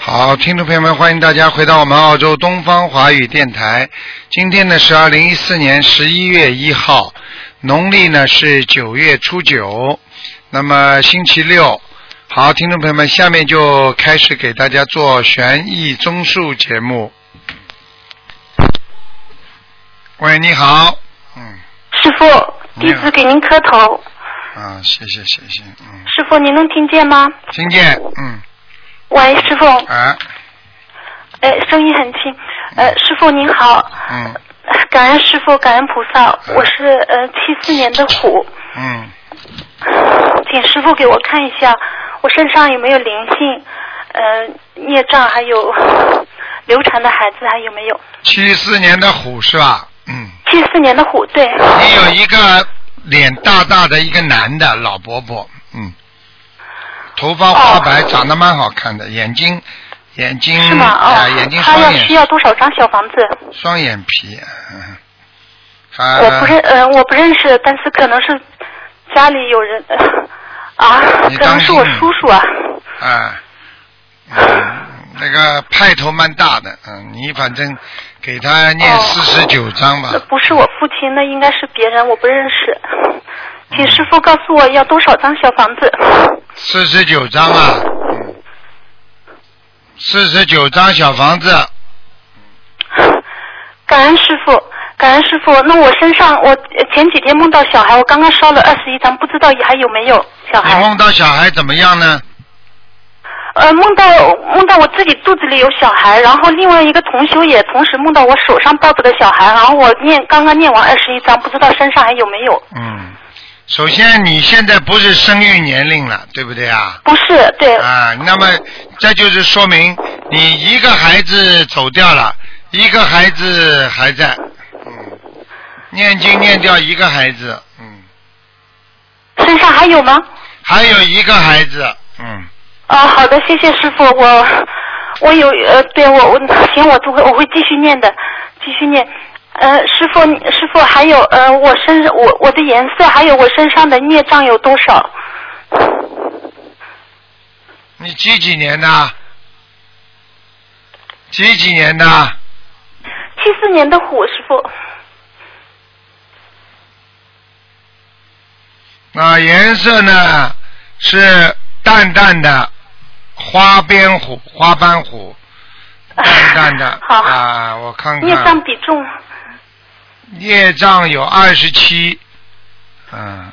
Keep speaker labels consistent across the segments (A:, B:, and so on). A: 好，听众朋友们，欢迎大家回到我们澳洲东方华语电台。今天呢是二零一四年十一月一号，农历呢是九月初九，那么星期六。好，听众朋友们，下面就开始给大家做悬疑综述节目。喂，你好，嗯，
B: 师傅，
A: 你
B: 弟
A: 好
B: 子给您磕头。
A: 啊，谢谢谢谢，嗯，
B: 师傅，您能听见吗？
A: 听见，嗯，
B: 喂，师傅，
A: 啊，
B: 哎，声音很轻。呃，师傅您好，
A: 嗯
B: 感恩师傅，感恩菩萨。我是呃七四年的虎，
A: 嗯，
B: 请师傅给我看一下我身上有没有灵性，呃，孽障，还有 流产的孩子还有没有？
A: 七四年的虎是吧？嗯。
B: 七四年的虎，对，
A: 你有一个脸大大的一个男的老伯伯，嗯，头发花白，
B: 哦
A: 长得蛮好看的，眼睛眼睛
B: 是吗？哦，
A: 啊眼睛
B: 他
A: 双
B: 要需
A: 眼
B: 要多少张小房子？
A: 双眼皮，嗯，啊
B: 我不认，呃，我不认识，但是可能是家里有人，呃、啊
A: 你，
B: 可
A: 当
B: 能是我
A: 心
B: 叔叔啊。
A: 啊，嗯，那个派头蛮大的，嗯，你反正给他念
B: 哦
A: 四十九章吧
B: 那，呃不是我父亲，那应该是别人，我不认识。
A: 嗯
B: 请师傅告诉我要多少张小房子？
A: 四十九章啊，嗯，四十九章小房子，
B: 感恩师傅，感恩师傅。那我身上，我呃前几天梦到小孩，我刚刚烧了二十一张，不知道还有没有小
A: 你
B: 孩。
A: 梦到小孩怎么样呢？
B: 呃，梦到梦到我自己肚子里有小孩，然后另外一个同修也同时梦到我手上抱着个小孩，然后我念刚刚念完二十一章，不知道身上还有没有。
A: 嗯，首先你现在不是生育年龄了，对不对啊？
B: 不是，对，
A: 啊，那么这就是说明你一个孩子走掉了，一个孩子还在，嗯，念经念掉一个孩子，嗯，
B: 身上还有吗？
A: 还有一个孩子，嗯，
B: 啊，好的，谢谢师傅，我我有呃，对我我行，我都会我会继续念的，继续念。呃，师傅你师傅还有呃，我身我我的颜色还有我身上的孽障有多少？
A: 你几几年的？几几年的？
B: 七四年的虎师傅，
A: 啊，颜色呢是淡淡的花边虎，花斑 虎，淡淡的
B: 好
A: 啊，我看看，
B: 孽障比重
A: 业障有二十七，嗯，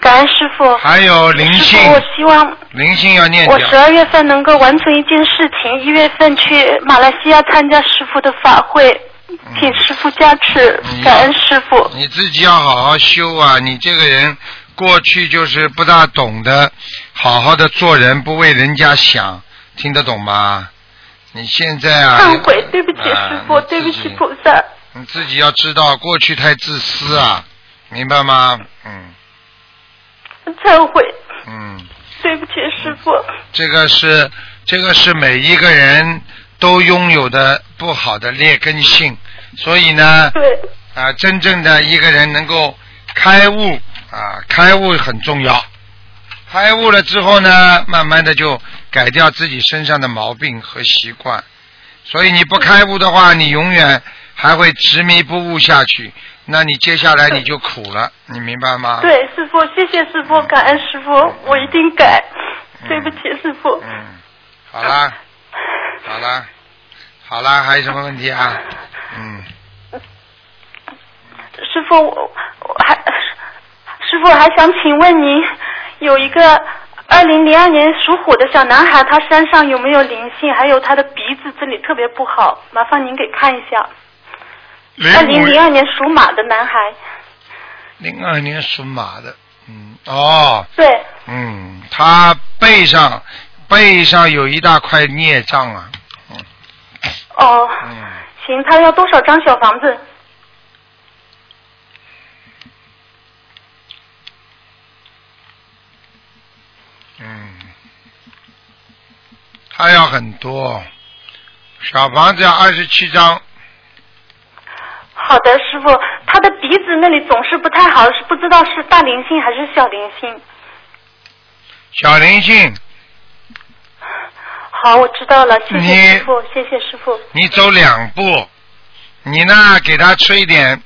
B: 感恩师傅。
A: 还有灵
B: 师
A: 性，
B: 傅，我希望
A: 灵性要念
B: 我
A: 掉
B: 十，二月份能够完成一件事情，一月份去马来西亚参加师傅的法会，请师傅加持
A: 嗯，
B: 感恩师傅。
A: 你自己要好好修啊！你这个人过去就是不大懂得好好的做人，不为人家想，听得懂吗？你现在啊，
B: 忏悔，对不起
A: 啊
B: 师傅，对不起菩萨。
A: 你自己要知道，过去太自私啊，明白吗？嗯
B: 忏悔，
A: 嗯，
B: 对不起师傅。
A: 这个是这个是每一个人都拥有的不好的劣根性，所以呢，
B: 对，
A: 啊，真正的一个人能够开悟啊，开悟很重要。开悟了之后呢，慢慢的就改掉自己身上的毛病和习惯。所以你不开悟的话，你永远还会执迷不悟下去，那你接下来你就苦了，你明白吗？。
B: 对师傅，谢谢师傅，感恩师傅，我一定改。对不起师傅，
A: 嗯，好啦，好啦，好啦，还有什么问题啊？嗯，
B: 师傅，我我还师傅还想请问您，有一个二零零二年属虎的小男孩，他身上有没有灵性？还有他的鼻子这里特别不好，麻烦您给看一下。二零零
A: 零
B: 二年属马的男孩，
A: 零二年属马的，嗯，哦，
B: 对，
A: 嗯，他背上背上有一大块孽障啊，
B: 哦，
A: 嗯，
B: 行，他要多少张小房子？
A: 嗯，他要很多，小房子要二十七张，
B: 好的，师傅，他的鼻子那里总是不太好，是不知道是大灵性还是小灵性。
A: 小灵性，
B: 好，我知道了，谢谢
A: 你
B: 师傅，谢谢师傅。
A: 你走两步，你呢给他吃一点，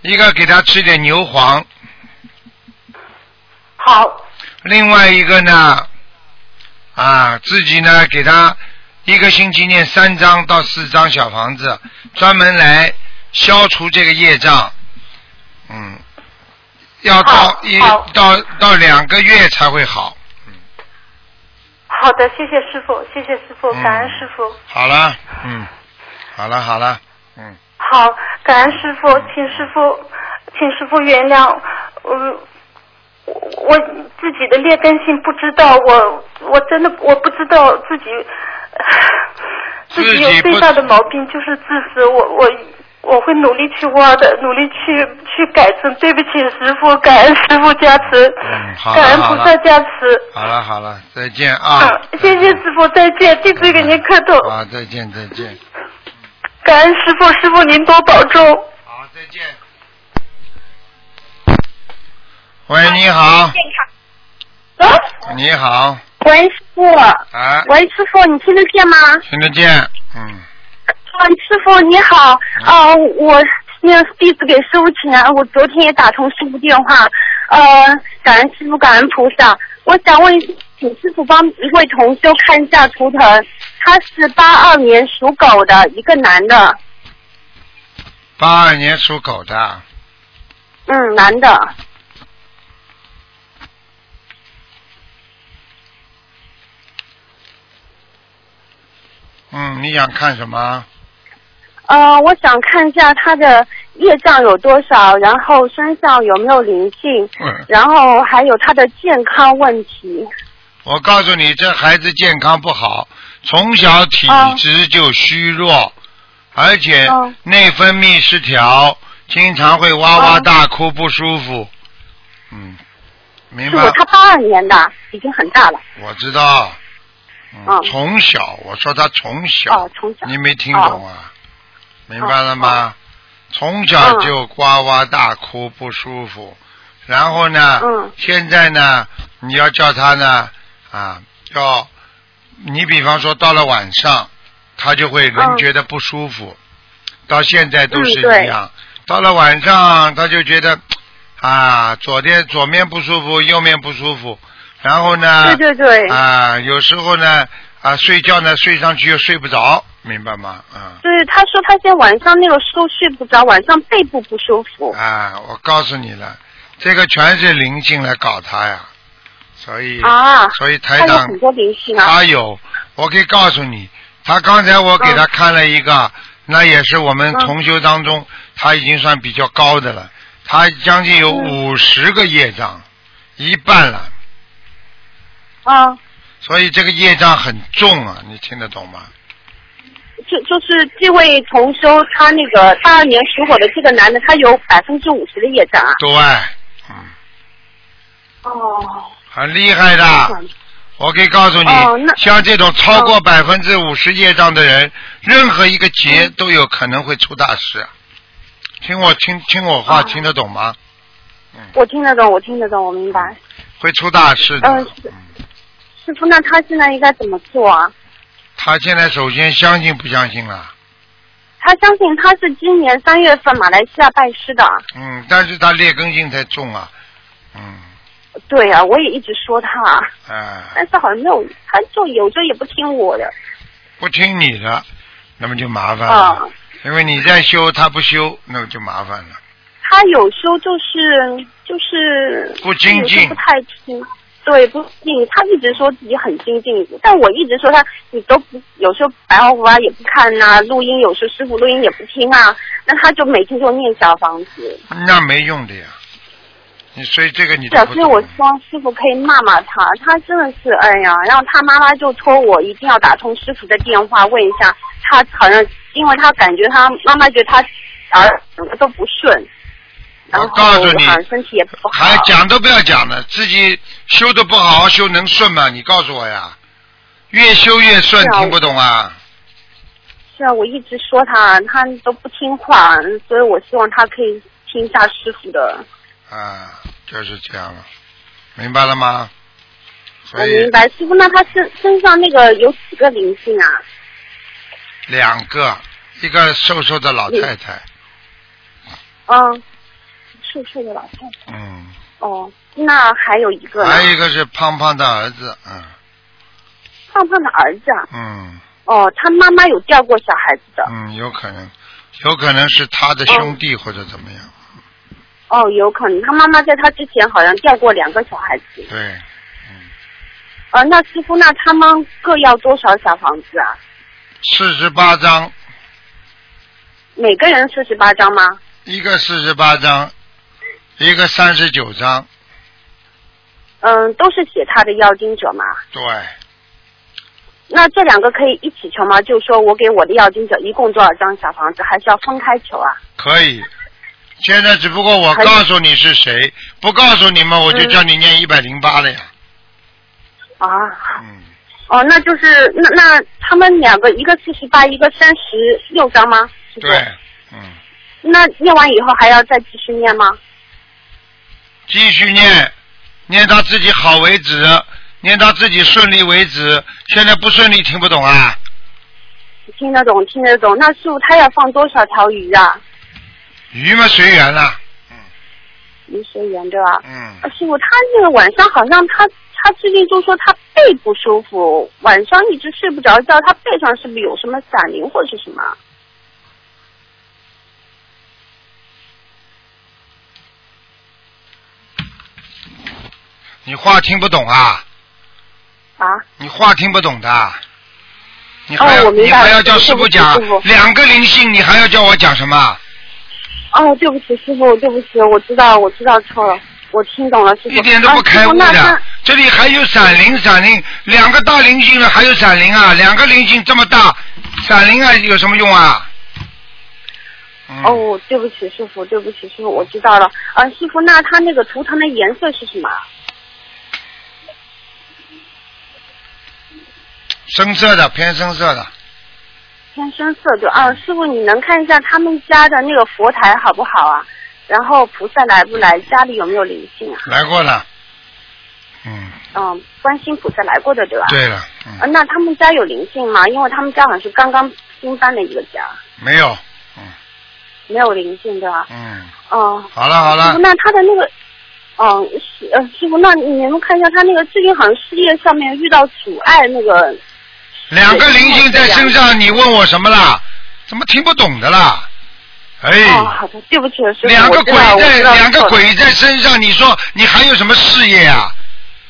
A: 一个给他吃点牛黄，
B: 好，
A: 另外一个呢，啊，自己呢给他一个星期念三张到四张小房子，专门来消除这个业障。嗯，要到
B: 好
A: 一
B: 好
A: 到到两个月才会好。
B: 好的，谢谢师傅，谢谢师
A: 嗯
B: 傅，感恩师傅。
A: 好了，嗯，好了好了，嗯，
B: 好，感恩师傅，请师傅，请师傅原谅，嗯，我我自己的劣根性不知道，我我真的我不知道自己，
A: 自己
B: 自己有
A: 不
B: 最大的毛病就是自私，我我。我会努力去挖的，努力去去改正。对不起，师傅，感恩师傅加持，
A: 嗯好了
B: 感恩
A: 好
B: 菩
A: 了
B: 萨加持。
A: 好了好了，再见
B: 嗯、
A: 啊！
B: 谢谢师傅，再见，弟子给您磕头。
A: 啊，再见再见。
B: 感恩师傅，师傅您多保重。
A: 好，再见。喂，你
C: 啊
A: 好，你好，
C: 喂，师傅，
A: 啊，
C: 喂，师傅，你听得见吗？
A: 听得见，嗯，
C: 啊，师傅你好，
A: 啊
C: 呃，我那弟子给师傅请安，我昨天也打通师傅电话，呃，感恩师傅，感恩菩萨。我想问，请师傅帮一位同修看一下图腾，他是八二年属狗的一个男的，
A: 八二年属狗的，
C: 嗯，男的，
A: 嗯，你想看什么？
C: 呃，我想看一下他的业障有多少，然后身上有没有灵性，
A: 嗯，
C: 然后还有他的健康问题。
A: 我告诉你，这孩子健康不好，从小体质就虚弱，而且
C: 哦
A: 内分泌失调，经常会哇
C: 哦
A: 哇大哭，不舒服，嗯，明
C: 是
A: 白
C: 我，？他八二年的，已经很大了。
A: 我知道，嗯，
C: 嗯
A: 从小，我说他从小，
C: 哦，从小。哦
A: 你没听懂啊？明白了吗？从小就呱呱大哭不舒服，然后呢，
C: 嗯
A: 现在呢，你要叫他呢啊，要你比方说到了晚上，他就会人
C: 嗯
A: 觉得不舒服，到现在都
C: 嗯
A: 是
C: 对
A: 一样。到了晚上，他就觉得啊，左边左面不舒服，右面不舒服，然后呢，
C: 对对对，
A: 啊，有时候呢，啊，睡觉呢，睡上去又睡不着，明白吗？啊
C: 就是他说他现在晚上那个时候睡不着，晚上背部不舒服。
A: 啊，我告诉你了，这个全是灵性来搞他呀，所以、
C: 啊，
A: 所以台
C: 他有
A: 长
C: 很多灵性啊。
A: 他有，我可以告诉你，他刚才我给他看了一个，那也是我们
C: 嗯
A: 同修当中、他已经算比较高的了，他将近有
C: 嗯
A: 五十个业障，一半了，
C: 啊，
A: 所以这个业障很重啊，你听得懂吗？
C: 就就是这位同修，他那个八二年属火的这个男的，他有百分之五十的业障啊。
A: 对，嗯。
C: 哦，
A: 很厉害
C: 嗯
A: 的，我可以告诉你，
C: 哦那哦
A: 像这种超过百分之五十业障的人，任何一个劫
C: 嗯
A: 都有可能会出大事。啊听我听听我话，
C: 哦
A: 听得懂吗？嗯
C: 我听得懂，我听得懂，我明白。
A: 会出大事的。
C: 嗯是师傅，那他现在应该怎么做啊？
A: 他现在首先相信不相信了？
C: 他相信他是今年三月份马来西亚拜师的啊。
A: 嗯，但是他劣根性太重啊。嗯，
C: 对啊，我也一直说他啊，
A: 哎，
C: 但是好像没有，他就有时候也不听我的。
A: 不听你的，那么就麻烦了，
C: 啊，
A: 因为你在修，他不修，那么就麻烦了。
C: 他有时候就是就是
A: 不精进
C: 有时候不太听。对，不精，他一直说自己很精进，但我一直说他，你都不有时候白话文啊也不看呐、录音有时候师傅录音也不听啊，那他就每天就念小房子。
A: 那没用的呀。你所以这个你
C: 对啊
A: 都，不
C: 所以我
A: 懂
C: 希望师傅可以骂骂他，他真的是，哎呀，然后他妈妈就托我一定要打通师傅的电话问一下，他好像因为他感觉他妈妈觉得他儿整个都不顺，然
A: 我
C: 后
A: 告诉你
C: 好像身体也不好
A: 还，哎讲都不要讲了，自己修的不好好修能顺吗？你告诉我呀，越修越顺，
C: 是啊
A: 听不懂啊？
C: 是啊，我一直说他，他都不听话，所以我希望他可以听一下师傅的。
A: 啊，就是这样了，明白了吗？所
C: 我
A: 以
C: 呃明白，师傅，那他身身上那个有几个灵性啊？
A: 两个，一个瘦瘦的老太太，
C: 嗯，瘦瘦的老太太。
A: 嗯，
C: 哦，那还有一个呢
A: 还有一个是胖胖的儿子，嗯
C: 胖胖的儿子啊。
A: 嗯
C: 哦，他妈妈有掉过小孩子的。
A: 嗯，有可能，有可能是他的兄弟或者怎么样，
C: 哦，有可能，他妈妈在他之前好像掉过两个小孩子。
A: 对，
C: 呃，那师傅，那他们各要多少小房子啊？
A: 四十八张，
C: 每个人四十八张吗？
A: 一个四十八张，一个三十九张，
C: 嗯，都是写他的要经者嘛。
A: 对，
C: 那这两个可以一起求吗？就说我给我的要经者一共多少张小房子，还是要分开求啊？
A: 可以。现在只不过我
C: 可以嗯
A: 告诉你是谁，不告诉你们我就叫你念一百零八了呀。
C: 啊，
A: 嗯，
C: 哦，那就是那那他们两个，一个四十八，一个三十六张吗？师傅
A: 对。，嗯，
C: 那念完以后还要再继续念吗？
A: 继续
C: 嗯
A: 念，念到自己好为止，念到自己顺利为止。现在不顺利听不懂啊？
C: 听得懂，听得懂。那师傅他要放多少条鱼啊？
A: 鱼嘛随缘啊啦。
C: 鱼随缘对吧？啊
A: 嗯，
C: 师傅，他那个晚上好像他他最近就说他背不舒服，晚上一直睡不着觉，他背上是不是有什么散灵或者是什么？
A: 你话听不懂啊？
C: 啊？
A: 你话听不懂的。你还要、
C: 哦我明
A: 你
C: 白了
A: 还要叫
C: 对
A: 师
C: 不
A: 傅
C: 起
A: 讲
C: 师傅
A: 两个灵性，你还要叫我讲什么？
C: 哦，对不起，师傅，对不起，我知道，我知道错了，我听懂了，师傅。
A: 一点都不开悟
C: 啊、师傅那
A: 的
C: 那。
A: 这里还有闪灵，闪灵，两个大灵性了，还有闪灵啊，两个灵性这么大，闪灵啊有什么用啊？嗯、，
C: 哦，对不起，师傅，对不起，师傅，我知道了。啊，师傅，那他那个图腾的颜色是什么？啊
A: 深色的，偏深色的，
C: 偏深色对啊，师傅，你能看一下他们家的那个佛台好不好啊？然后菩萨来不来？家里有没有灵性啊？
A: 来过了。嗯，
C: 嗯，观世音菩萨来过的对吧？
A: 对了，
C: 啊，
A: 嗯，
C: 那他们家有灵性吗？因为他们家好像是刚刚新搬的一个家，
A: 没有，嗯
C: 没有灵性对吧？
A: 嗯，
C: 哦、
A: 好了好
C: 师
A: 了
C: 傅，，那他的那个，嗯，师呃，师傅，那你能看一下他那个最近好像事业上面遇到阻碍那个？
A: 两个灵性在身上，你问我什么啦？怎么听不懂的啦？哎，
C: 哦，好的，对不起，师傅，
A: 两个
C: 我知
A: 鬼
C: 道我
A: 在
C: 知道
A: 两个
C: 错了
A: 鬼在身上，你说你还有什么事业啊？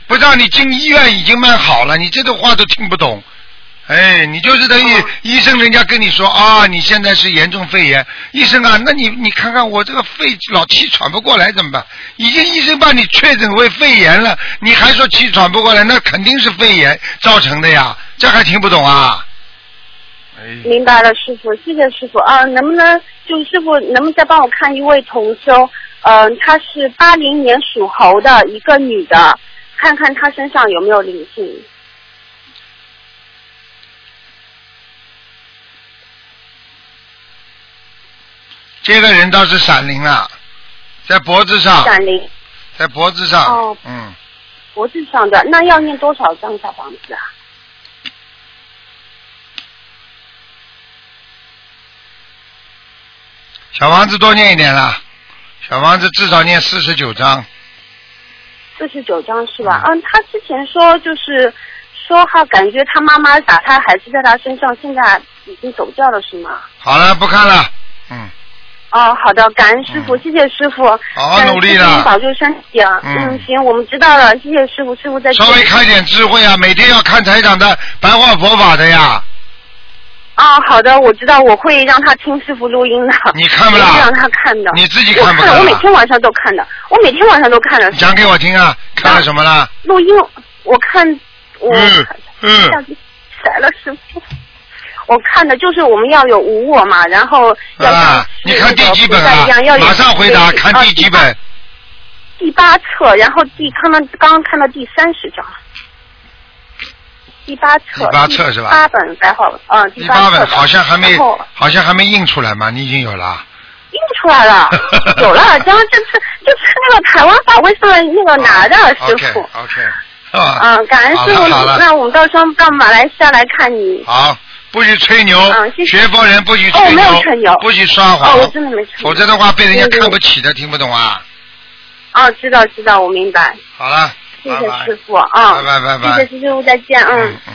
A: 不让你进医院已经蛮好了，你这种话都听不懂。哎，你就是等于
C: 嗯
A: 医生，人家跟你说啊，你现在是严重肺炎，医生啊，那你你看看我这个肺老气喘不过来怎么办？已经医生把你确诊为肺炎了，你还说气喘不过来，那肯定是肺炎造成的呀，这还听不懂啊？哎，
C: 明白了，师傅，谢谢师傅啊！能不能就师傅，能不能再帮我看一位同修？嗯、她是八零年属猴的一个女的，看看她身上有没有灵性。
A: 这个人倒是闪灵了，在脖子上，
C: 闪灵，
A: 在脖子上，
C: 哦
A: 嗯。
C: 脖子上的，那要念多少张小房子啊？
A: 小房子多念一点啦，小房子至少念四十九章。
C: 四十九张是吧？嗯，她之前说就是说哈，感觉她妈妈打她孩子在她身上，现在已经走掉了是吗？
A: 好了，不看了，嗯，
C: 哦，好的，感恩师傅，
A: 嗯
C: 谢谢师傅。
A: 好好努力
C: 了，
A: 啦
C: 您保重身体啊。
A: 嗯
C: 嗯，行，我们知道了，谢谢师傅，师傅再见
A: 稍。微开点智慧啊，每天要看台长的白话佛法的呀，
C: 啊，好的，我知道，我会让他听师傅录音的。
A: 你看不
C: 我
A: 啦
C: 会让他看的。
A: 你自己
C: 我
A: 看不
C: 了，我每
A: 啊
C: 天晚上都看的，我每天晚上都看的。
A: 讲给我听啊，看了什么啦？
C: 录音，我看，我
A: 嗯嗯
C: 一下子起来了，师傅。我看的就是我们要有无我嘛，然后要
A: 啊
C: 像，
A: 你看第几本
C: 那个菩萨
A: 啊
C: 一样要？有
A: 马上回答，看第几
C: 啊
A: 本？
C: 第八册，然后第看到刚刚看到第三十章，第八册，
A: 第八册是吧
C: 第八本白话文，嗯，
A: 第八
C: 八册
A: 本
C: 的
A: 好像还没
C: 然后，
A: 好像还没印出来嘛，你已经有了啊。，
C: 印出来了 有了。然后这次这次那个台湾法会上的那个拿的、
A: 啊
C: 师傅
A: OK，OK，是吧？
C: 嗯，感恩师
A: 好
C: 傅，
A: 了好了
C: 那我们到时候到马来西亚来看你。
A: 好，不许吹牛，
C: 嗯谢谢
A: 学佛人不许吹
C: 哦
A: 牛，
C: 没有吹牛
A: 不许撒谎，
C: 哦，我真的没错。
A: 否则的话被人家看不
C: 起。
A: 起的，听不懂啊？
C: 哦，知道知道，我明白。
A: 好了，
C: 谢
A: 拜
C: 谢
A: 拜
C: 师，傅啊，
A: 拜拜拜拜
C: 谢谢师傅，再见，嗯
A: 嗯。嗯。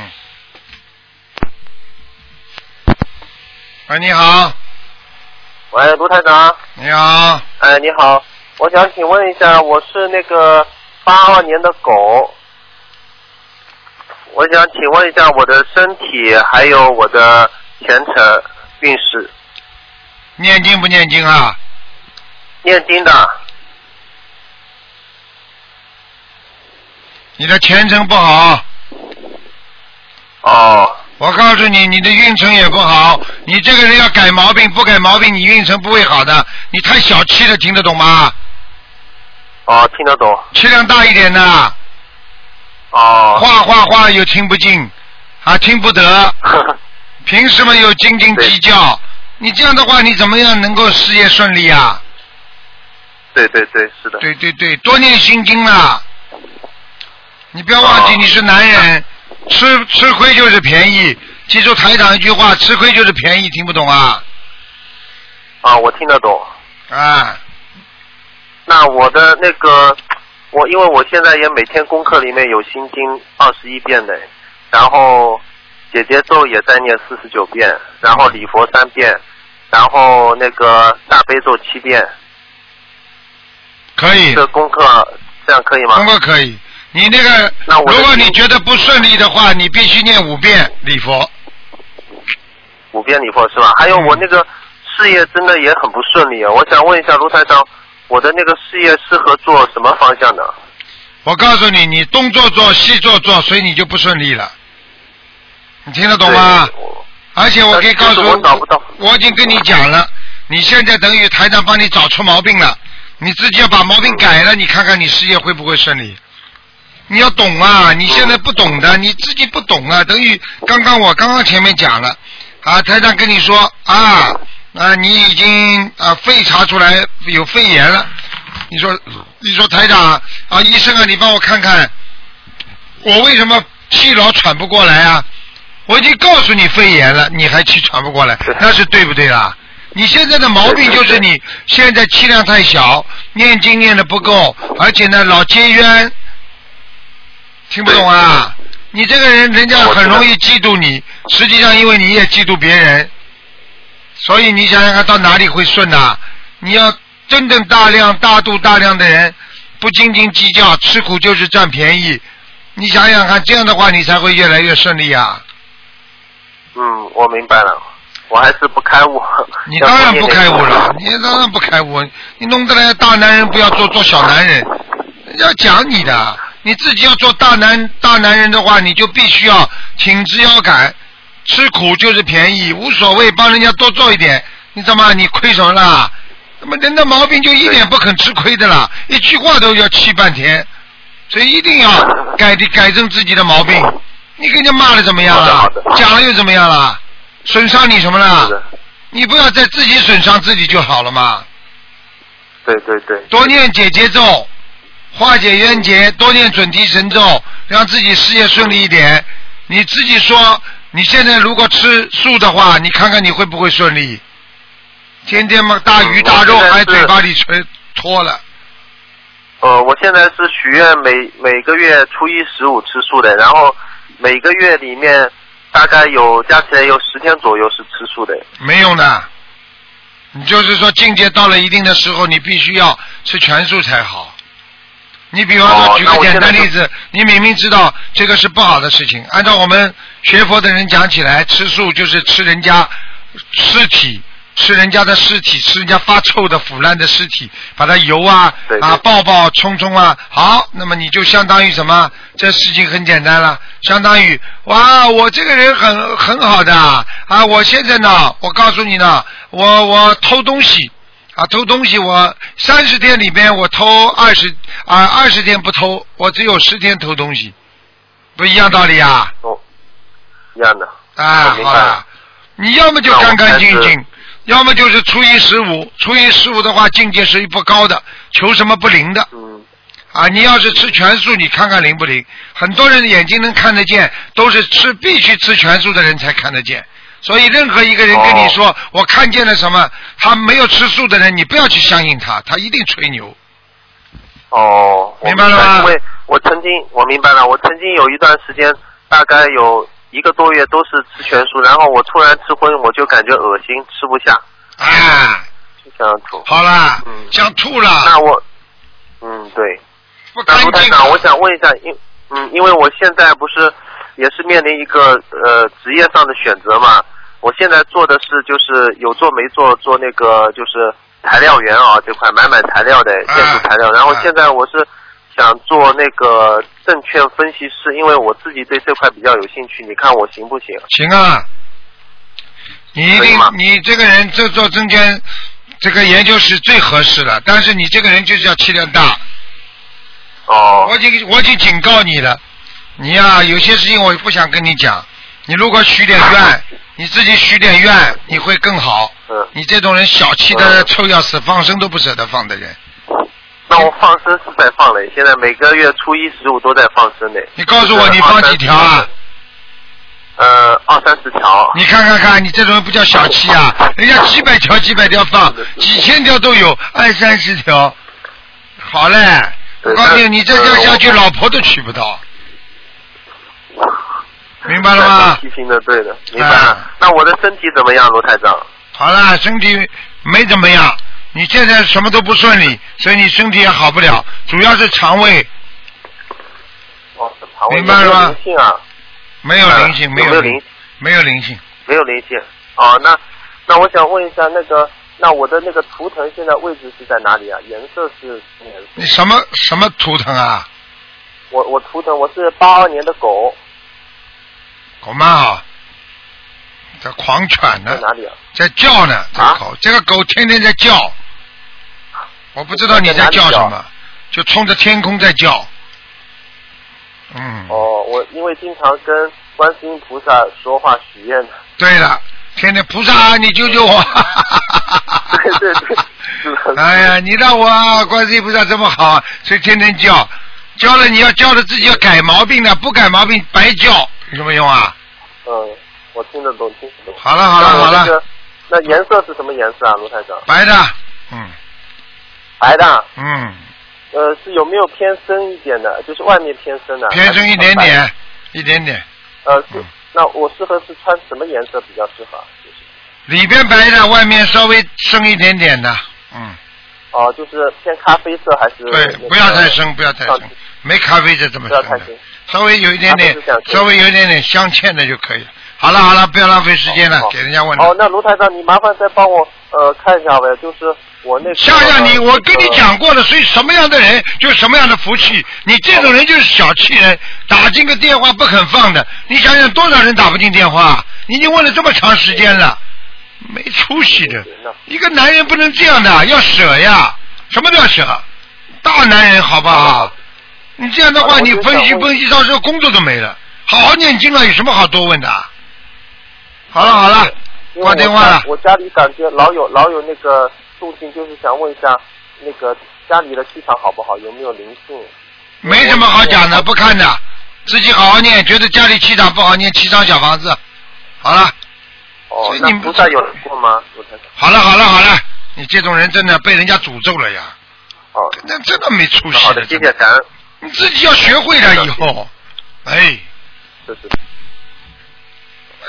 A: 喂，哎你好，
D: 喂，卢台长，
A: 你好，
D: 哎，你好，我想请问一下，我是那个八二年的狗，我想请问一下我的身体还有我的前程运势，
A: 念经不念经啊？
D: 念经的，
A: 你的前程不好，
D: 哦，
A: 我告诉你，你的运程也不好。你这个人要改毛病，不改毛病，你运程不会好的。你太小气了，听得懂吗？
D: 哦，听得懂，
A: 气量大一点的，
D: 哦，
A: 话话话又听不进，啊，听不得。
D: 呵呵
A: 凭什么又斤斤计较？你这样的话，你怎么样能够事业顺利啊？
D: 对对对，是的，
A: 对对对，多念心经啦。你不要忘记
D: 哦
A: 你是男人，吃吃亏就是便宜。记住台长一句话，吃亏就是便宜，听不懂啊？
D: 啊，我听得懂。
A: 啊，
D: 那我的那个，我因为我现在也每天功课里面有心经二十一遍的，然后姐姐咒也在念四十九遍，然后礼佛三遍，然后那个大悲咒七遍，
A: 可以。
D: 这功课这样可以吗
A: 功？课可以。你那个，
D: 那我的
A: 如果你
D: 心
A: 觉得不顺利的话，你必须念五遍礼佛。嗯
D: 五遍礼佛是吧？还有我那个事业真的也很不顺利啊，我想问一下卢台长，我的那个事业适合做什么方向的？
A: 我告诉你，你东做做西做做，所以你就不顺利了。你听得懂吗？
D: 对？我
A: 而且我可以告诉
D: 但是我找不到
A: 我已经跟你讲了，你现在等于台长帮你找出毛病了，你自己要把毛病改了，你看看你事业会不会顺利。你要懂啊，你现在不懂的，你自己不懂啊，等于刚刚我刚刚前面讲了，啊，台长跟你说啊，啊，你已经啊肺查出来有肺炎了，你说你说台长啊，医生啊，你帮我看看，我为什么气老喘不过来啊？我已经告诉你肺炎了，你还气喘不过来，那是对不对啦？你现在的毛病就是你现在气量太小，念经念的不够，而且呢老结冤，听不懂啊？你这个人，人家很容易嫉妒你，实际上因为你也嫉妒别人，所以你想想看到哪里会顺呐、你要真正大量大度大量的人，不斤斤计较，吃苦就是占便宜。你想想看，这样的话你才会越来越顺利啊！
D: 嗯，我明白了，我还是不开悟。
A: 你
D: 要
A: 当
D: 多
A: 然
D: 念
A: 不
D: 点
A: 开悟
D: 经
A: 了，你当然不开悟，你弄得来大男人不要做做小男人，要讲你的，你自己要做大男大男人的话，你就必须要挺直腰杆，吃苦就是便宜，无所谓，帮人家多做一点，你怎么你亏什么啦？那么人的毛病就一点不肯吃亏的啦，一句话都要气半天，所以一定要改改正自己的毛病。你给人家骂了怎么样
D: 好
A: 了
D: 的好？的
A: 讲了又怎么样了？损伤你什么了？
D: 是的，
A: 你不要再自己损伤自己就好了嘛。
D: 对对对。
A: 多念姐姐咒，化解冤结，多念准提神咒，让自己事业顺利一点。你自己说，你现在如果吃素的话，你看看你会不会顺利？天天嘛大鱼大肉
D: 嗯我现在
A: 还
D: 是
A: 嘴巴里吹脱了，
D: 呃，我现在是许愿每每个月初一十五吃素的，然后每个月里面大概有加起来有十天左右是吃素的。
A: 没用的。你就是说境界到了一定的时候，你必须要吃全素才好。你比方说，
D: 哦
A: 举个
D: 那我
A: 简
D: 现在
A: 单
D: 就
A: 例子，你明明知道这个是不好的事情，按照我们学佛的人讲起来，吃素就是吃人家尸体，吃人家的尸体，吃人家发臭的腐烂的尸体，把它油啊
D: 对对
A: 啊爆爆冲冲啊，好，那么你就相当于什么？这事情很简单了，相当于哇，我这个人很很好的啊，啊我现在呢，我告诉你呢，我我偷东西，啊，偷东西我三十天里边我偷二十啊二十天不偷，我只有十天偷东西，不一样道理啊
D: 哦，一样的。
A: 啊
D: 我明
A: 好
D: 白
A: 了
D: 了，
A: 你要么就
D: 那我
A: 干干
D: 还
A: 净
D: 是
A: 净，要么就是初一十五，初一十五的话境界是不高的，求什么不灵的
D: 嗯，
A: 啊，你要是吃全素，你看看灵不灵？很多人的眼睛能看得见，都是吃必须吃全素的人才看得见。所以任何一个人跟
D: 哦
A: 你说、我看见了什么，他没有吃素的人，你不要去相信他，他一定吹牛。
D: 哦，我
A: 明白了吗
D: 因为我曾经，我明白了，我曾经有一段时间，大概有一个多月都是吃全素，然后我突然吃荤，我就感觉恶心，吃不下，
A: 啊，
D: 就想吐。
A: 好啦，
D: 嗯
A: 想吐了，
D: 那我，嗯，对，
A: 不
D: 那
A: 干
D: 卢台
A: 净
D: 长，
A: 了
D: 我想问一下，因嗯，因为我现在不是也是面临一个呃职业上的选择嘛，我现在做的是就是有做没做做那个就是材料员啊这块买买材料的
A: 啊
D: 建筑材料，然后现在我是想做那个证券分析师，因为我自己对这块比较有兴趣，你看我行不行？
A: 行啊，你一
D: 可以
A: 定
D: 吗，
A: 你这个人这做证券这个研究是最合适的，但是你这个人就是要气量大，
D: 哦
A: 我已经我已经警告你了，你呀、有些事情我不想跟你讲，你如果许点愿， 你自己许点愿，你会更好。
D: 嗯
A: 你这种人小气的
D: 嗯
A: 臭要死，放生都不舍得放的人，
D: 那我放生是在放嘞，现在每个月初一十五都在放生嘞。
A: 你告诉我你放几条啊？
D: 呃，二三十条。
A: 你看看看，你这种人不叫小气啊！人家几百条、几百条放，几千条都有，二三十条，好嘞！我告诉你，你再这样下去，
D: 呃
A: 老婆都娶不到，明白了吗？
D: 批评的对的，明白
A: 啊
D: 了。那我的身体怎么样，罗台长？
A: 好了，身体没怎么样，你现在什么都不顺利，所以你身体也好不了，主要是肠胃
D: 哦，肠胃
A: 明白了吗
D: 有没有灵性啊，
A: 没有灵性，
D: 啊
A: 没
D: 有没有
A: 灵
D: 灵，
A: 没有灵性。
D: 没有灵性。哦，那那我想问一下，那个那我的那个图腾现在位置是在哪里啊？颜色是什么颜色？
A: 你什么什么图腾啊？
D: 我我图腾我是八二年的狗，
A: 狗妈啊，在狂犬呢
D: 在。哪里啊？
A: 在叫呢，这个
D: 啊
A: 狗，这个狗天天在叫，我不知道你在叫什
D: 在哪
A: 么，就冲着天空在叫。嗯，
D: 哦，我因为经常跟观世音菩萨说话许愿的。
A: 对了，天天菩萨，你救救 我！
D: 对对对是的
A: 哎呀，你让我观世音菩萨这么好，啊所以天天叫，叫了你要叫了自己要改毛病的，不改毛病白叫，有什么用啊？
D: 嗯，我听得懂，听得懂。
A: 好了好了
D: 那我
A: 好
D: 这
A: 了，
D: 个。那颜色是什么颜色啊，卢台长？
A: 白的，嗯
D: 白的啊。
A: 嗯，
D: 呃，是有没有偏深一点的？就是外面偏深啊的、
A: 偏深一点
D: 还是
A: 点，一点点。
D: 穿白的。呃，是
A: 嗯，
D: 那我适合是穿什么颜色比较适合啊？就是
A: 里边白的，外面稍微深一点点的，嗯，
D: 哦、就是偏咖啡色还是？
A: 对，不要太。深，不要太深
D: 上去，
A: 没咖啡就这么
D: 不要太
A: 深的
D: 深，
A: 稍微有一点点
D: 咖啡是这样，子
A: 稍微有一点点镶嵌的就可以了。好了好了，不要浪费时间了
D: 好，好
A: 给人家问了。
D: 哦，那卢台长，你麻烦再帮我呃看一下呗，就是我那个。
A: 吓吓你！我跟你
D: 呃
A: 讲过了，所以什么样的人就什么样的福气。你这种人就是小气人，打进个电话不肯放的。你想想，多少人打不进电话？你已经问了这么长时间了，没出息的
D: 对对那。
A: 一个男人不能这样的，要舍呀，什么都要舍。大男人好不好？你这样的话，
D: 好的
A: 你
D: 我知道
A: 分析
D: 我
A: 分析，到时候工作都没了。好好念经了，有什么好多问的啊？好了好了，
D: 因为
A: 挂电话了。
D: 我家。我家里感觉老有老有那个动静，就是想问一下那个家里的气场好不好，有没有灵性？
A: 没什么好讲的，不看的，自己好好念。觉得家里气场不好，念七张小房子。好了，
D: 哦
A: 所以，
D: 那
A: 你们
D: 菩萨有来过吗？卢台长。
A: 好了，好了，好了，你这种人真的被人家诅咒了呀！
D: 哦，
A: 那真的没出息
D: 好的，谢谢，感恩。
A: 你自己要学会了以后，哎，
D: 这是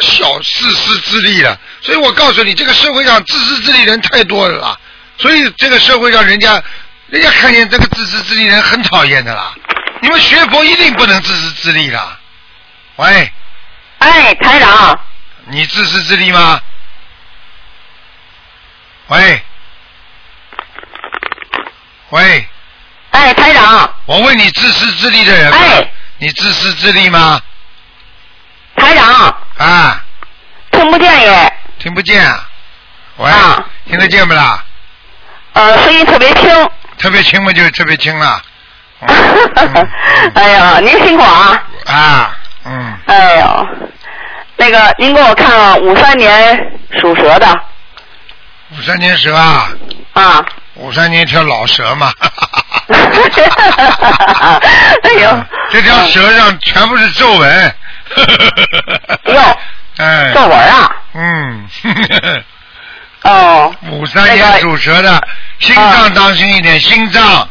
A: 小自私自利了。所以我告诉你，这个社会上自私自利人太多了啦，所以这个社会上人家，人家看见这个自私自利人很讨厌的啦。你们学佛一定不能自私自利啦。喂，
E: 哎，台长，
A: 你自私自利吗？喂，喂，
E: 哎，台长，
A: 我问你自私自利的人吗？啊
E: 哎
A: 你自私自利吗？
E: 台长，
A: 啊，
E: 听不见耶，
A: 听不见、啊。喂，
E: 啊
A: 听得见不啦？
E: 呃，声音特别轻。
A: 特别轻嘛，就特别轻了。嗯嗯
E: 哎呀，您辛苦啊！
A: 啊，嗯，
E: 哎呦，那个您给我看看五三年属蛇的
A: 五三年蛇啊，
E: 啊，
A: 五三年条老蛇嘛。
E: 哎呦，
A: 这条舌上全部是皱纹。
E: 哟，
A: 哎，
E: 皱纹啊，
A: 嗯，
E: 哦
A: 五三年属蛇的，心脏当心一点，心脏，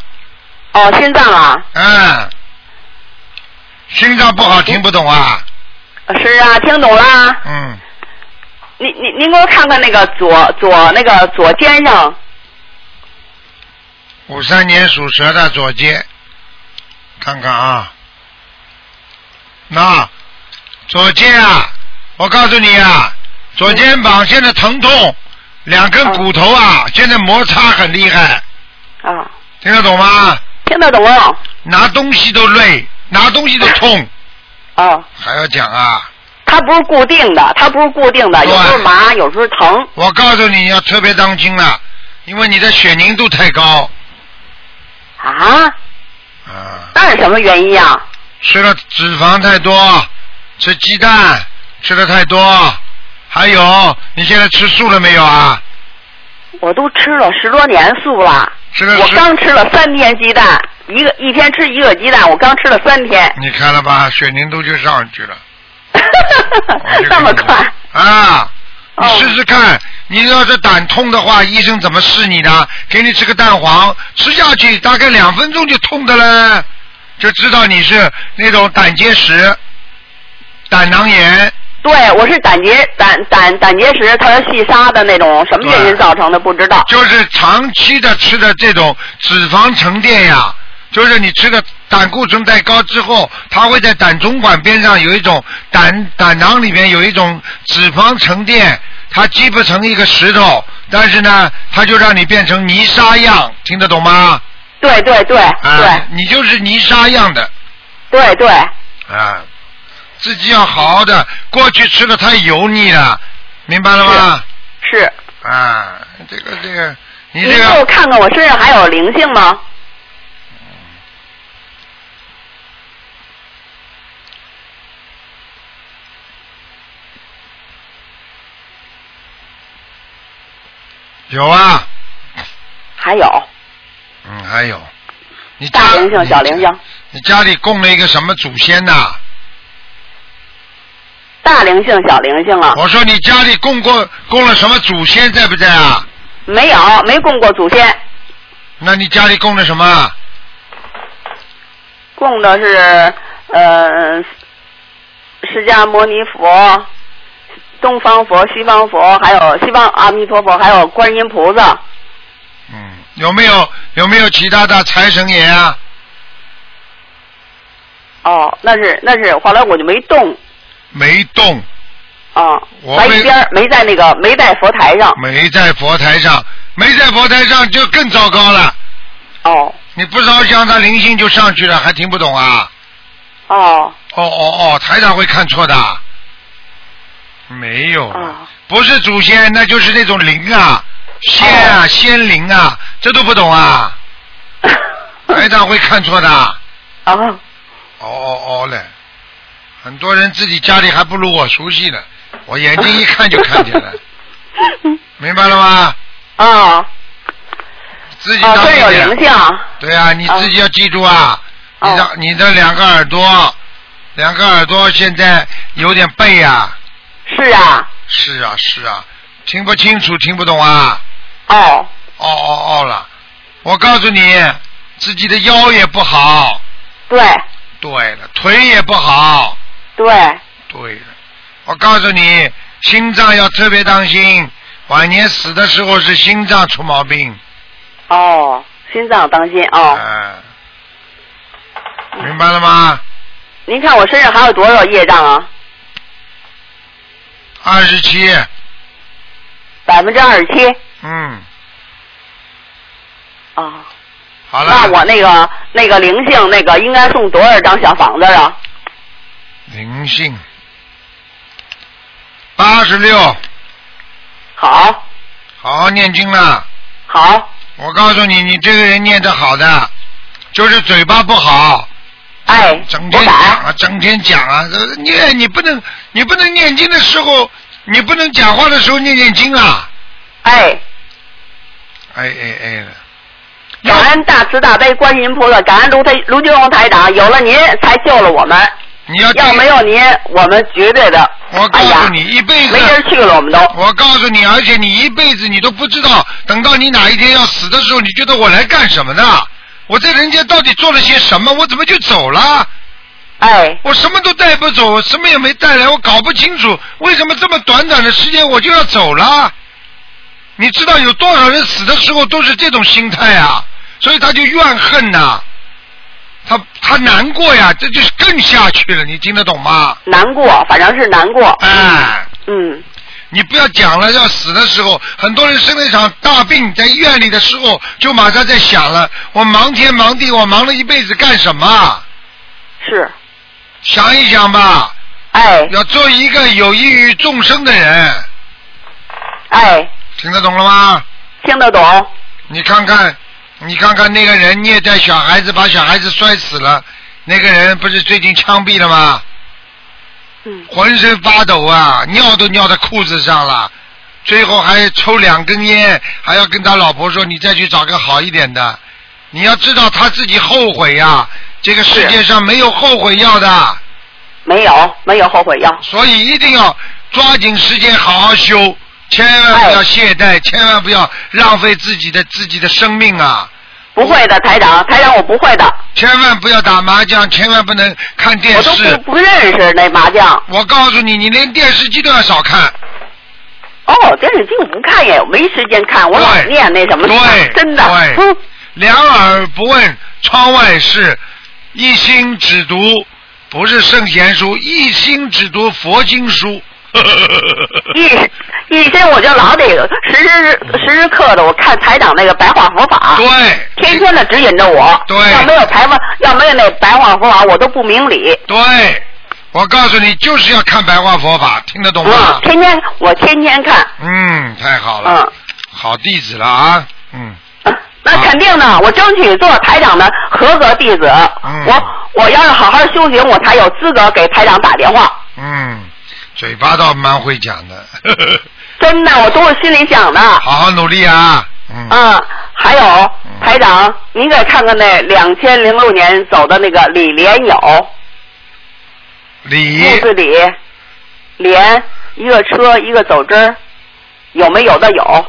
E: 哦，心脏啊，
A: 嗯，心脏不好听不懂啊，
E: 是啊，听懂啦。
A: 嗯，
E: 您您您给我看看那个左左那个左肩上，
A: 五三年属蛇的左肩，看看啊，那左肩啊，我告诉你啊，左肩膀现在疼痛，两根骨头啊，现在摩擦很厉害，
E: 嗯啊，
A: 听得懂吗？
E: 听得懂啊？
A: 拿东西都累，拿东西都痛，
E: 啊，
A: 还要讲啊？
E: 它不是固定的，它不是固定的，有时候
A: 对
E: 麻，有时候疼。
A: 我告诉你要特别当心了，因为你的血凝度太高
E: 啊，
A: 啊，
E: 那是什么原因啊呀？
A: 吃了脂肪太多，吃鸡蛋吃的太多，还有你现在吃素了没有啊？
E: 我都吃了十多年素了，
A: 吃了
E: 我
A: 吃，
E: 刚吃了三天鸡蛋，一个一天吃一个鸡蛋，我刚吃了三天，
A: 你看了吧，血凝度就上去了，我就
E: 那么
A: 跟你
E: 快
A: 说啊！你
E: 哦
A: 试试看，你要是胆痛的话，医生怎么试你的？给你吃个蛋黄，吃下去大概两分钟就痛的了，就知道你是那种胆结石、胆囊炎。
E: 对，我是胆结胆胆胆结石，它是细沙的那种，什么原因造成的不知道。
A: 就是长期的吃的这种脂肪沉淀呀，就是你吃的胆固醇太高之后，它会在胆总管边上有一种胆胆囊里面有一种脂肪沉淀，它积不成一个石头，但是呢，它就让你变成泥沙样，听得懂吗？
E: 对对对
A: 啊
E: 对，
A: 你就是泥沙样的
E: 对对，
A: 啊，自己要好好的，过去吃的太油腻了，明白了吗？
E: 是。
A: 啊，这个这个，你
E: 您
A: 这
E: 给
A: 个
E: 我看看我身上还有灵性吗？
A: 有啊。
E: 还有
A: 嗯，还有，你家
E: 大灵性、小灵性，
A: 你家里供了一个什么祖先呐、
E: 大灵性、小灵性啊，
A: 我说你家里供过供了什么祖先在不在啊？
E: 没有，没供过祖先，
A: 那你家里供的什么？
E: 供的是呃释迦牟尼佛、东方佛、西方佛，还有西方阿弥陀佛，还有观音菩萨。
A: 嗯，有没有有没有其他的财神爷啊？
E: 哦，那是那是，后来我就没动
A: 没动，
E: 啊，
A: 我
E: 在
A: 没
E: 一边儿没在那个没在佛台上。
A: 没在佛台上，没在佛台上就更糟糕了。
E: 哦
A: 你不烧香，他灵性就上去了，还听不懂啊？
E: 哦
A: 哦哦哦，台长会看错的。没有了。
E: 哦
A: 不是祖先，那就是那种灵啊，仙
E: 哦
A: 啊，仙灵啊，这都不懂 啊，台长会看错的。
E: 哦，
A: 哦哦哦嘞，很多人自己家里还不如我熟悉呢，我眼睛一看就看见了，明白了吗？
E: 啊
A: 自己
E: 啊，
A: 当
E: 这有
A: 一点
E: 灵性。
A: 对啊，你自己要记住啊，
E: 哦
A: 你的你的两个耳朵，两个耳朵现在有点背啊，
E: 是啊，
A: 是啊是啊，听不清楚，听不懂啊。
E: 哦
A: 哦哦哦了，我告诉你，自己的腰也不好，
E: 对
A: 对了，腿也不好，
E: 对
A: 对了，我告诉你，心脏要特别当心，晚年死的时候是心脏出毛病，
E: 哦，心脏当心
A: 啊、
E: 哦。
A: 明白了吗？
E: 您看我身上还有多少业障啊？
A: 二十七，
E: 百分之二十七
A: 嗯，
E: 啊。
A: 好了，
E: 那我那个那个灵性那个应该送多少张小房子啊？
A: 灵性八十六，
E: 好，
A: 好好念经了。
E: 好，
A: 我告诉你，你这个人念得好的，就是嘴巴不好，
E: 哎，
A: 整
E: 我
A: 天讲
E: 改，
A: 啊，整天讲啊，呃念你不能，你不能念经的时候，你不能讲话的时候念念经啊，
E: 哎，
A: 哎哎哎的，
E: 感恩大慈大悲观世音菩萨，感恩卢台卢金红台长，有了您才救了我们，
A: 你要
E: 要没有您，我们绝对的，
A: 我告
E: 哎呀
A: 诉你，一辈
E: 没地儿
A: 子，
E: 去了，我们都。
A: 我告诉你，而且你一辈子你都不知道，等到你哪一天要死的时候，你觉得我来干什么的？我在人间到底做了些什么？我怎么就走了？
E: 哎，
A: 我什么都带不走，什么也没带来，我搞不清楚为什么这么短短的时间我就要走了。你知道有多少人死的时候都是这种心态啊？所以他就怨恨呐、他他难过呀，这就是更下去了，你听得懂吗？
E: 难过，反正是难过。
A: 哎，
E: 嗯，
A: 你不要讲了，要死的时候，很多人生了一场大病，在医院里的时候就马上在想了，我忙天忙地，我忙了一辈子干什么？
E: 是。
A: 想一想吧，
E: 哎
A: 要做一个有益于众生的人，
E: 哎，
A: 听得懂了吗？
E: 听得懂。
A: 你看看，你看看那个人虐待小孩子，把小孩子摔死了，那个人不是最近枪毙了吗？
E: 嗯，
A: 浑身发抖啊，尿都尿在裤子上了，最后还抽两根烟，还要跟他老婆说你再去找个好一点的。你要知道他自己后悔呀、这个世界上没有后悔药的，
E: 没有没有后悔药。
A: 所以一定要抓紧时间好好修，千万不要懈怠，千万不要浪费自己的自己的生命啊！
E: 不会的，台长，台长我不会的，
A: 千万不要打麻将，千万不能看电
E: 我
A: 视
E: 都。不不认识那麻将。
A: 我告诉你，你连电视机都要少看。
E: 哦，电视剧我不看也没时间看，我老
A: 对
E: 念那什么，
A: 对
E: 真的。
A: 对
E: 嗯
A: 两耳不问窗外事，一心只读不是圣贤书，一心只读佛经书。
E: 一一身我就老得时时时时刻的，我看台长那个白话佛法，
A: 对
E: 天天的指引着我。
A: 对
E: 要没有台湾，要没有那白话佛法，我都不明理。
A: 对，我告诉你，就是要看白话佛法，听得懂吗
E: 嗯，？天天我天天看，
A: 嗯，太好了
E: 嗯，，
A: 好弟子了啊，嗯，
E: 嗯那肯定的，我争取做台长的合格弟子。
A: 嗯
E: 我我要是好好修行，我才有资格给台长打电 话。
A: 嗯，嘴巴倒蛮会讲的，
E: 真的，我都是心里想的。
A: 好好努力啊，嗯，
E: 嗯，还有台长，您给看看那两千零六年走的那个李莲友，
A: 李
E: 木字李，莲一个车一个走之儿，有没有的有，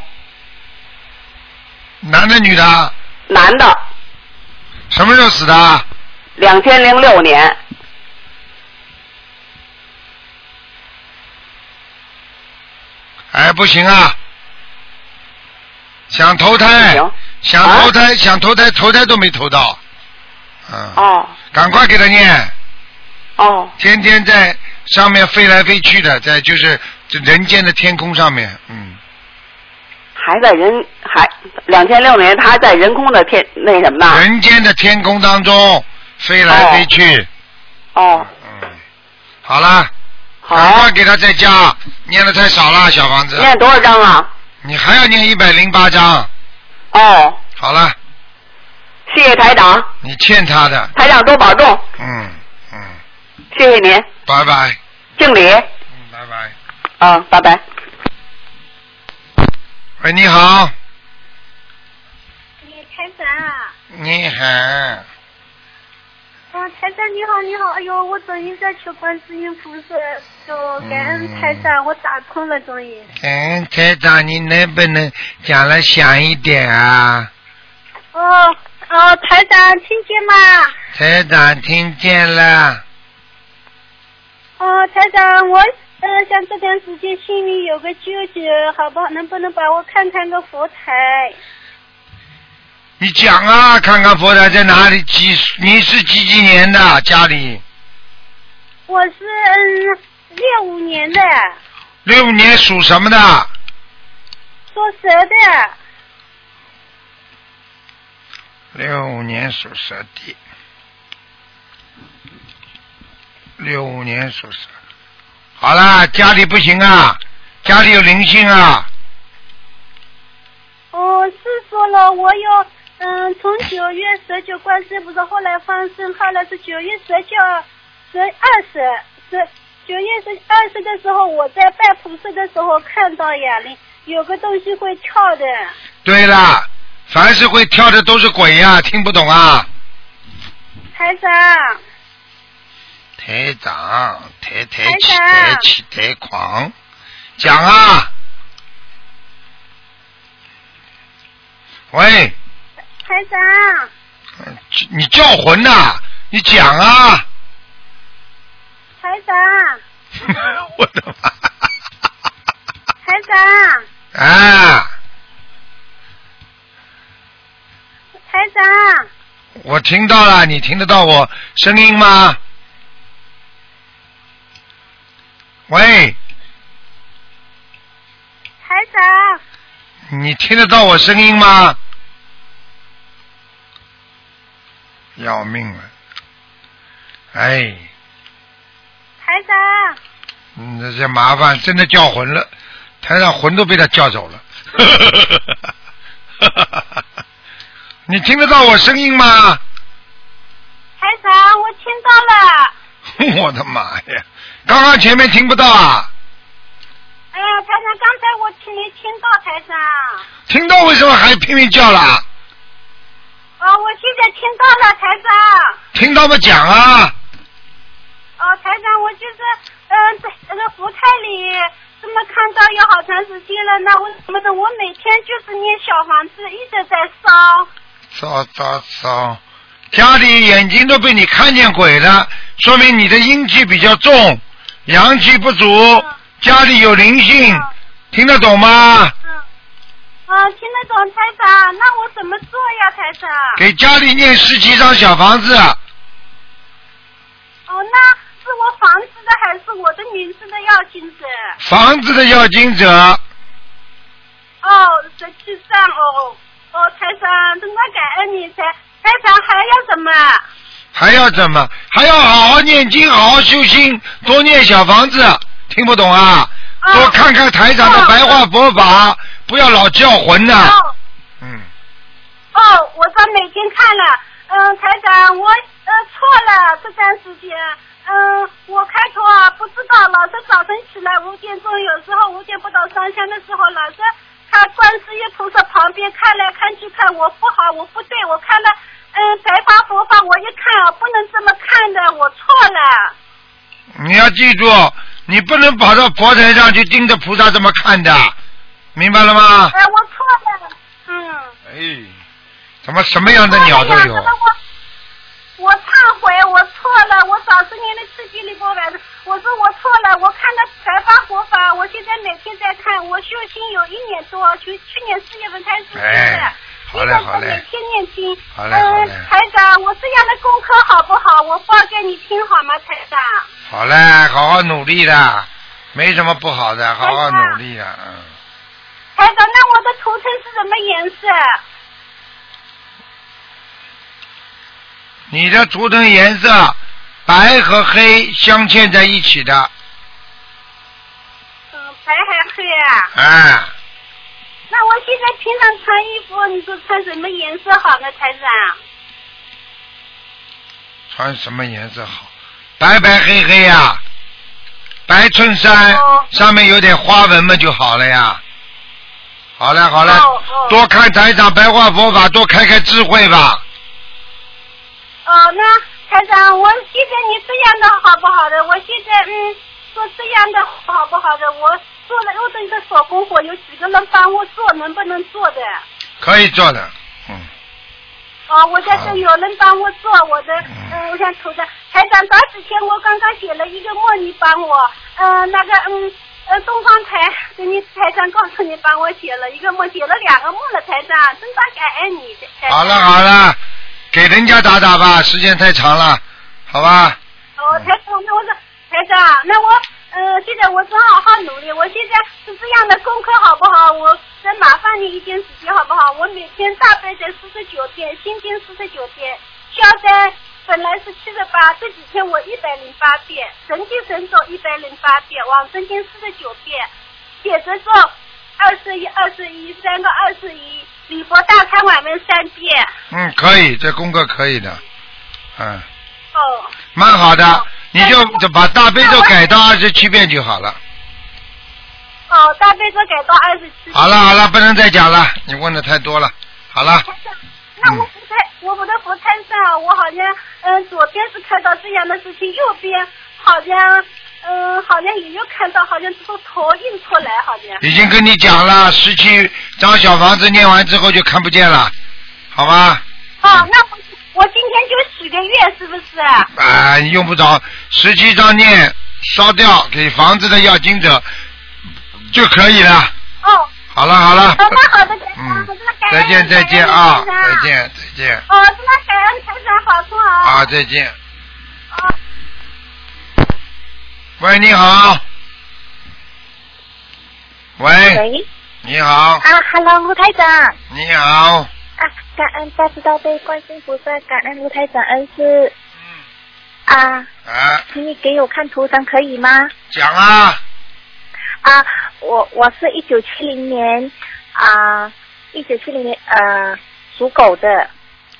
A: 男的女的，
E: 男的，
A: 什么时候死的？
E: 两千零六年，
A: 哎，不行啊！想投胎
E: 行，
A: 想
E: 啊
A: 投胎，想投胎，投胎都没投到。嗯，
E: 哦
A: 赶快给他念，
E: 哦
A: 天天在上面飞来飞去的，在就是这人间的天空上面，嗯，
E: 还在人还两千六年，他还在人工的天那什么呢？
A: 人间的天空当中飞来飞去。
E: 哦，
A: 嗯，好啦，
E: 好，
A: 赶快给他再加，念的太少了，小房子，
E: 念多少章啊？
A: 你还要念一百零八章。
E: 哦，
A: 好了，
E: 谢谢台长，
A: 你欠他的，
E: 台长多保重，
A: 嗯嗯，
E: 谢谢您，
A: 拜拜，
E: 敬礼，
A: 嗯，拜拜。
E: 嗯，拜拜。
A: 喂，你好，
F: 你台长啊，
A: 你好，哎
F: 嗯，台长你好，你好，哎呦，我终于在求观世音菩萨，就感恩台长，我打通了，终于。
A: 嗯，台长，你能不能讲了响一点啊？
F: 哦哦，台长听见吗？
A: 台长听见了，
F: 哦，台长，我呃想这段时间心里有个纠结，好不好？能不能帮我看看个佛台？
A: 你讲啊，看看佛台在哪里？几？你是几几年的？家里
F: 我是嗯六五年的，
A: 六年属什么的？
F: 做蛇的。
A: 六五年属蛇的，六五年属蛇。好啦，家里不行啊，家里有灵性啊，
F: 哦，是说了，我有嗯，从九月十九观世不是后来放生，后来是九月十九、十二十、十九月十二十的时候，我在拜菩萨的时候看到呀，里有个东西会跳的。
A: 对啦，凡是会跳的都是鬼呀、听不懂啊？
F: 台长，
A: 台长，抬抬
F: 台
A: 起，
F: 长
A: 抬起，抬狂，讲啊！喂，
F: 台长，
A: 你叫魂呐、你讲啊！
F: 台长，
A: 我的妈！
F: 台长，
A: 啊，
F: 台长，
A: 我听到了，你听得到我声音吗？喂，
F: 台长，
A: 你听得到我声音吗？要命了！哎，
F: 台长，
A: 嗯，这这麻烦，真的叫魂了，台上魂都被他叫走了。 你听得到我声音吗？
F: 台长，我听到了。
A: 我的妈呀！刚刚前面听不到啊，
F: 哎呀，台长，刚才我听没听到台长？
A: 听到为什么还拼命叫啊啦？
F: 哦，我现在听到了台长。
A: 听到吗？讲啊！
F: 哦，台长，我就是嗯，在那个福泰里这么看到有好长时间了，那为什么的？我每天就是念小房子，一直在烧。
A: 糟糟糟！啊家里眼睛都被你看见鬼了，说明你的阴气比较重，阳气不足，家里有灵性，听得懂吗？
F: 嗯，嗯，听得懂台长？那我怎么做呀，台长？
A: 给家里念十七张小房子，
F: 哦，那是我房子的还是我的名字的要金子？
A: 房子的要经者，
F: 哦，十七张哦哦，台长，真的感恩你台台长还要什么？
A: 还要怎么？还要好好念经，好好修心，多念小房子。听不懂啊？哦
F: 哦
A: 多看看台长的白话佛法，不要老叫魂呐、
F: 哦
A: 嗯，
F: 哦，我在每天看了，嗯，台长，我呃错了这段时间，嗯，我开头啊不知道，老是早晨起来五点钟，有时候五点不到上香的时候，老是看观世音菩萨旁边看来看去看，我不好，我不对，我看了，嗯，白发佛法，我一看啊，不能这么看的，我错了。
A: 你要记住，你不能跑到佛台上去盯着菩萨这么看的，明白了吗？
F: 哎，我错了，嗯。
A: 哎，怎么什么样的鸟都
F: 哎呀
A: 有
F: 怎么？我我忏悔，我错了，我早十年的吃鸡里波来的，我说我错了，我看了财发佛法，我现在每天在看，我修心有一年多，去去年四月份开始修的
A: 哎。好嘞
F: 一直
A: 好嘞
F: 每天念经。
A: 好嘞好嘞
F: 嗯，台长，我这样的功课好不好？我报给你听好吗，台长？
A: 好嘞，好好努力的，没什么不好的，好好努力的，嗯。
F: 台长，那我的图腾是什么颜色？
A: 你的图腾颜色白和黑镶嵌在一起的，
F: 嗯，白还黑啊？
A: 哎，
F: 那我现在平常穿衣服，你说穿什么颜色好呢，台长？
A: 穿什么颜色好？白白黑黑呀、白衬衫
F: 哦
A: 上面有点花纹嘛就好了呀。好了好了，
F: 哦哦
A: 多看台长白话佛法，多开开智慧吧。
F: 哦，那台长，我现在你这样的好不好的？我现在嗯，做这样的好不好的？我做了我的一个手工活，有几个人帮我做，能不能做的？
A: 可以做的，嗯，
F: 哦，我在这有人帮我做我的，嗯，我想投的。台长，早几天我刚刚写了一个梦，你帮我，嗯、那个嗯。呃，东方台给你台长告诉你，帮我写了一个梦，写了两个梦了，台长，真的感恩你。台长
A: 好了好了，给人家打打吧，时间太长了，好吧？
F: 哦，台长，那我说，台长，啊那我，呃，现在我正好好努力，我现在是这样的功课好不好？我再麻烦你一件事情好不好？我每天大悲咒四十九遍，心经四十九遍，消灾本来是七十八，这几天我一百零八遍，神经神咒一百零八遍，往生经四十九遍，解折咒二十一、二十一三个二十一，礼佛大忏晚文三遍。
A: 嗯，可以，这功课可以的，嗯，
F: 哦，
A: 蛮好的
F: 哦，
A: 你就就把大悲咒改到二十七遍就好了。
F: 哦，大悲咒改到二十七。
A: 好了好了，不能再讲了，你问的太多了。好了，
F: 那我不太，我们的佛龛上，我好像嗯、呃左边是看到这样的事情，右边好像嗯、呃好像也有看到，好像从头印出来，好像。
A: 已经跟你讲了，十七张小房子念完之后就看不见了，好吧？
F: 哦，那我我今天就许个愿，是不是？
A: 啊、你用不着，十七张念烧掉给房子的要经者就可以了。
F: 哦，
A: 好了好了，
F: 好的好的，台长，
A: 嗯
F: 真的感，恩
A: 再见再见啊，再。
F: 感恩台长
A: 见再见
F: 哦，真的感恩台长保重啊。
A: 啊再见。
F: 啊。
A: 喂，你好。喂，
G: 喂，
A: 你好，
G: 啊，Hello，卢台长，啊，
A: 你好，
G: 感恩大慈大悲观世音菩萨，感恩卢台长恩师。啊，
A: 嗯啊，
G: 请你给我看图腾可以吗？
A: 讲啊，
G: 啊，我我是一九七零年啊，一九七零年呃属狗的，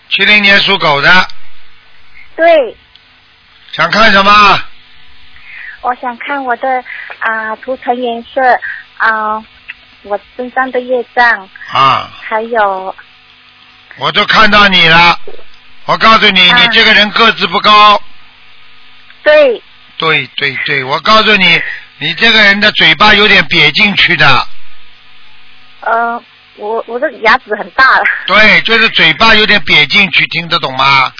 A: 七零年属狗的，
G: 对，
A: 想看什么？
G: 我想看我的啊图腾颜色啊，我身上的业障，
A: 啊，
G: 还有
A: 我都看到你了，我告诉你，
G: 啊
A: 你这个人个子不高，
G: 对
A: 对对对，我告诉你，你这个人的嘴巴有点瘪进去的，
G: 呃，我我的牙齿很大了，
A: 对，就是嘴巴有点瘪进去，听得懂吗？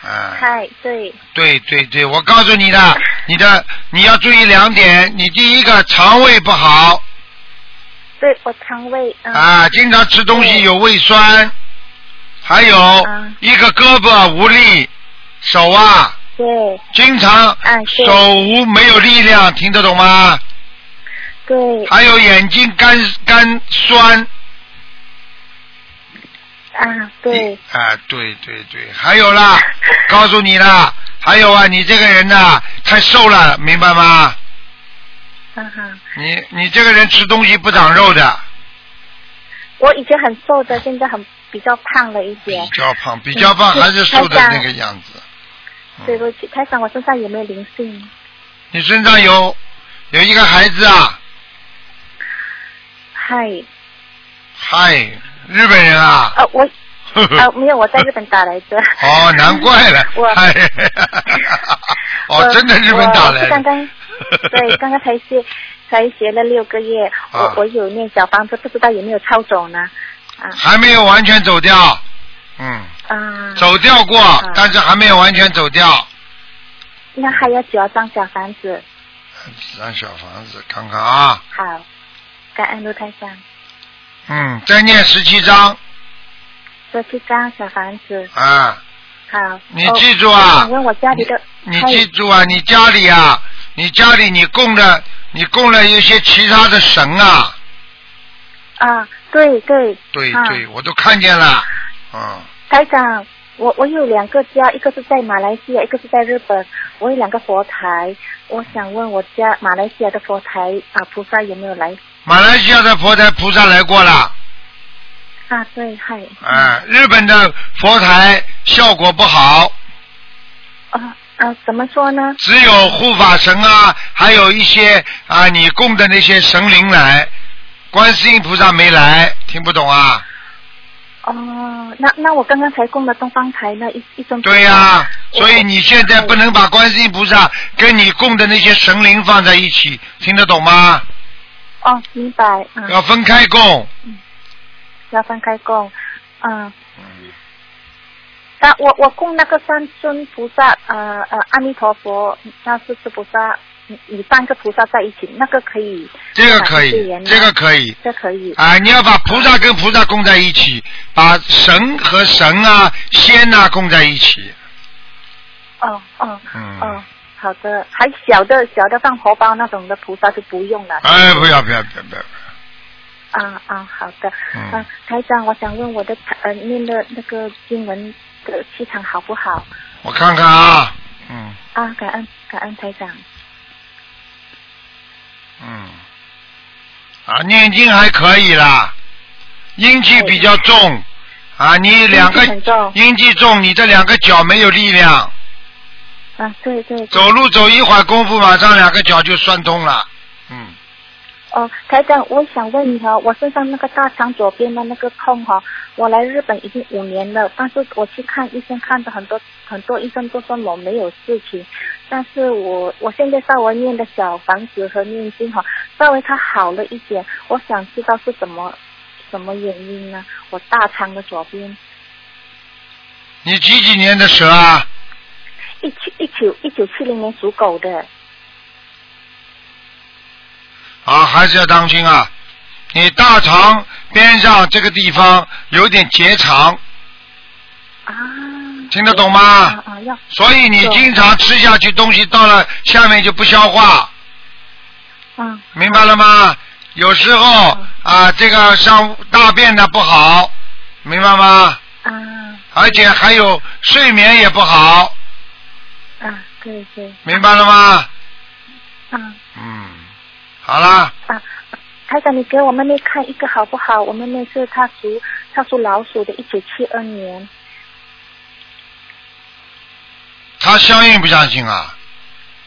A: 嗯，
G: 嗨，对，
A: 对对对，我告诉你的，你的你要注意两点，你第一个肠胃不好
G: 对我肠胃嗯。
A: 啊，经常吃东西有胃酸，还有
G: 嗯
A: 一个胳膊无力，手啊
G: 对
A: 经常
G: 嗯对
A: 手无没有力量，听得懂吗？
G: 对，
A: 还有眼睛干干酸，
G: 啊对，
A: 啊，对对对，还有 啦，告诉你啦，还有啊，你这个人呐、太瘦了，明白吗？
G: 哈啊哈，
A: 你你这个人吃东西不长肉的，
G: 我以前很瘦的，现在很比较胖了一
A: 比
G: 点。
A: 较胖，比较胖
G: 嗯
A: 还是瘦的
G: 台长
A: 那个样子。嗯
G: 对不起，台长，我身上有没有灵性？
A: 你身上有有一个孩子啊，
G: 嗨，
A: 嗨，日本人啊，
G: 呃，我
A: 呵呵。
G: 呃没有，我在日本打来的
A: 哦，难怪了
G: 我，
A: 嗨，哎 哦，
G: 我
A: 真的日本打
G: 我
A: 来
G: 是
A: 的，
G: 刚 刚对，刚刚才学才学了六个月，我、
A: 啊
G: 我有念小房子，不知道有没有抄走呢？啊
A: 还没有完全走掉，嗯，
G: 啊，
A: 走掉过，但是还没有完全走掉。
G: 那还要几张小房子？
A: 几张小房子看看啊，
G: 好，感恩卢台长，
A: 嗯，再念十七章
G: 这七张小房子。
A: 啊，
G: 好，
A: 你
G: 哦
A: 记住啊
G: 我想问我家里的，
A: 你
G: 还有
A: 记住啊，你家里啊，你家里你供的，你供了一些其他的神啊，
G: 啊，对对，
A: 对
G: 啊
A: 对，我都看见了，嗯，
G: 台长，我我有两个家，一个是在马来西亚，一个是在日本，我有两个佛台，我想问我家马来西亚的佛台啊，菩萨有没有来
A: 马来西亚的佛台菩萨来过了，
G: 啊？对，嗨，
A: 啊，日本的佛台效果不好，
G: 啊啊，怎么说呢？
A: 只有护法神啊，还有一些啊你供的那些神灵来，观世音菩萨没来，听不懂啊？
G: 哦，那那我刚刚才供的东方台呢，一一尊菩萨
A: 对呀、
G: 我
A: 啊所以你现在不能把观世音菩萨跟你供的那些神灵放在一起，听得懂吗？
G: 哦，明白啊，
A: 要分开供。
G: 要分开供，啊。但我我供那个三尊菩萨，呃呃，阿弥陀佛，那四尊菩萨，你你三个菩萨在一起，那个可以，
A: 这个可以
G: 满足自然，的
A: 这个可以
G: 这可以，
A: 啊！你要把菩萨跟菩萨供在一起，把神和神啊、仙呐、供在一起。
G: 哦哦
A: 嗯
G: 哦，好的，还小的小的放荷包那种的菩萨就不用了，
A: 哎，不要不要不要不要！
G: 啊啊，好的，
A: 嗯
G: 啊，台长，我想问我的呃念的那个经文的气场好不好？
A: 我看看啊，嗯
G: 啊，感恩感恩台长，
A: 嗯，啊，念经还可以啦，阴气比较重啊，你两个
G: 阴气很重
A: 阴气重，你这两个脚没有力量。
G: 啊，对对，对
A: 走路走一会儿功夫，马上两个脚就酸痛了。嗯，
G: 呃，台长，我想问你哈、哦我身上那个大肠左边的那个痛哈、我来日本已经五年了，但是我去看医生，看的很多很多医生都说我没有事情，但是我我现在稍微念的小房子和念经哈、稍微它好了一点，我想知道是什么什么原因呢？我大肠的左边
A: 你几几年的蛇啊？
G: 一九一九一九七零年属狗的，
A: 啊，还是要当心啊！你大肠边上这个地方有点结肠，
G: 啊，
A: 听得懂吗
G: 啊？啊要
A: 所以你经常吃下去东西到了下面就不消化，
G: 嗯
A: 明白了吗？有时候啊，这个上大便呢不好，明白吗？
G: 啊
A: 而且还有睡眠也不好，
G: 啊，对对
A: 明白了吗？
G: 啊。
A: 嗯，好啦，
G: 啊，台长，你给我妹妹看一个好不好？我妹妹是她属她属老鼠的，一九七二年，
A: 他相信不相信啊？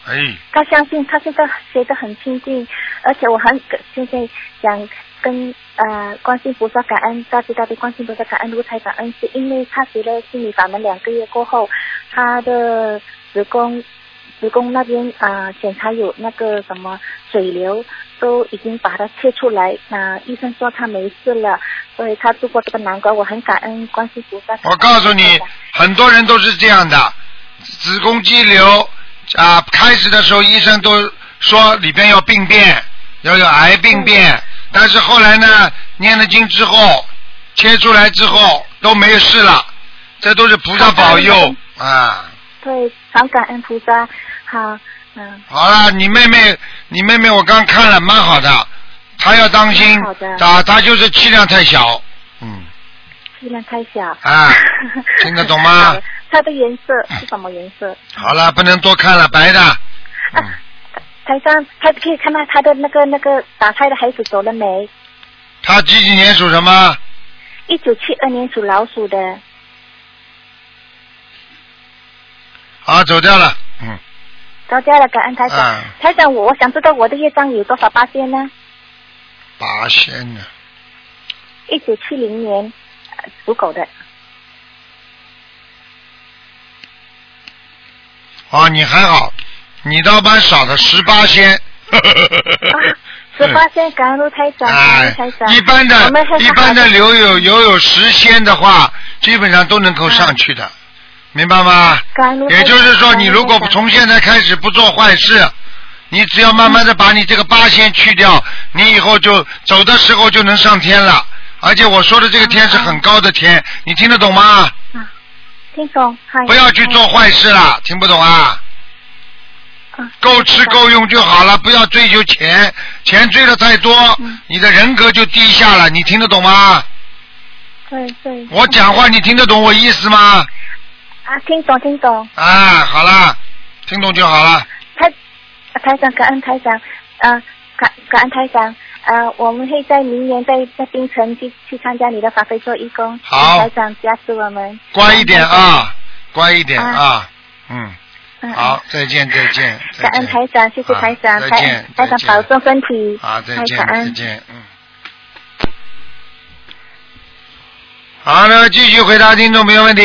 A: 哎，
G: 她相信她现在学得很亲近，而且我很感现在想跟呃观世音菩萨感恩大慈大悲观世音菩萨感恩卢台长恩师，因为她学了心理法门两个月过后，她的子宫子宫那边啊、呃检查有那个什么水流，都已经把它切出来，啊、医生说她没事了，所以她度过这个难关，我很感恩观世音菩萨。
A: 我告诉你，很多人都是这样的，子宫肌瘤啊，开始的时候医生都说里边要病变，要有癌病变，
G: 嗯
A: 但是后来呢，念了经之后，切出来之后都没事了，这都是菩萨保佑啊。
G: 对，很感恩菩萨，好，嗯，
A: 好了，你妹妹，你妹妹我刚看了，蛮好的，她要当心
G: 蛮好的，
A: 啊，她就是气量太小，嗯，
G: 质量太小。
A: 啊，听得懂吗？
G: 它的颜色
A: 哎
G: 是什么颜色？
A: 好了，不能多看了，白的，嗯。
G: 台上他可以看到他的那个那个打胎的孩子走了没？
A: 他几几年属什么？
G: 一九七二年属老鼠的，
A: 啊，走掉了。嗯，
G: 到家了，感恩台长。
A: 嗯
G: 台长，我我想知道我的业障有多少八仙呢？
A: 八仙呢？
G: 一九七零年呃属狗的，
A: 啊，你还好，你倒蛮少的，十八仙。
G: 十八仙感恩卢台长，感
A: 哎
G: 恩台长。，
A: 一般的
G: 我们还，是
A: 一般的
G: 好
A: 留有有有十仙的话，基本上都能够上去的，明白吗？
G: 啊感恩卢台
A: 也
G: 长
A: 就是说，你如果
G: 感恩卢台长
A: 从现在开始不做坏事，你只要慢慢的把你这个八仙去掉，你以后就走的时候就能上天了。而且我说的这个天是很高的天，你听得懂吗？
G: 啊听懂，嗨
A: 不要去做坏事了，听不懂啊？
G: 哎嗯
A: 够吃够用就好了，不要追求钱，钱追的太多，
G: 嗯
A: 你的人格就低下了。你听得懂吗？
G: 对对。
A: 我讲话你听得懂我意思吗？
G: 啊，听懂听懂。
A: 啊，好啦，听懂就好了。
G: 台啊台长，感恩台长，呃，感感恩台长，呃，我们会在明年在在槟城去去参加你的法会做义工，
A: 好
G: 台长加持我们，
A: 乖一点啊，乖一点啊，嗯，
G: 嗯，
A: 好，再见再见，再
G: 感恩
A: 见
G: 台长，谢谢
A: 啊
G: 台长，
A: 再
G: 台
A: 见
G: 台
A: 再
G: 长
A: 见
G: 保重身体，
A: 好，再见，
G: 台感
A: 再
G: 恩。
A: 见，嗯。好，那么继续回答听众朋友问题。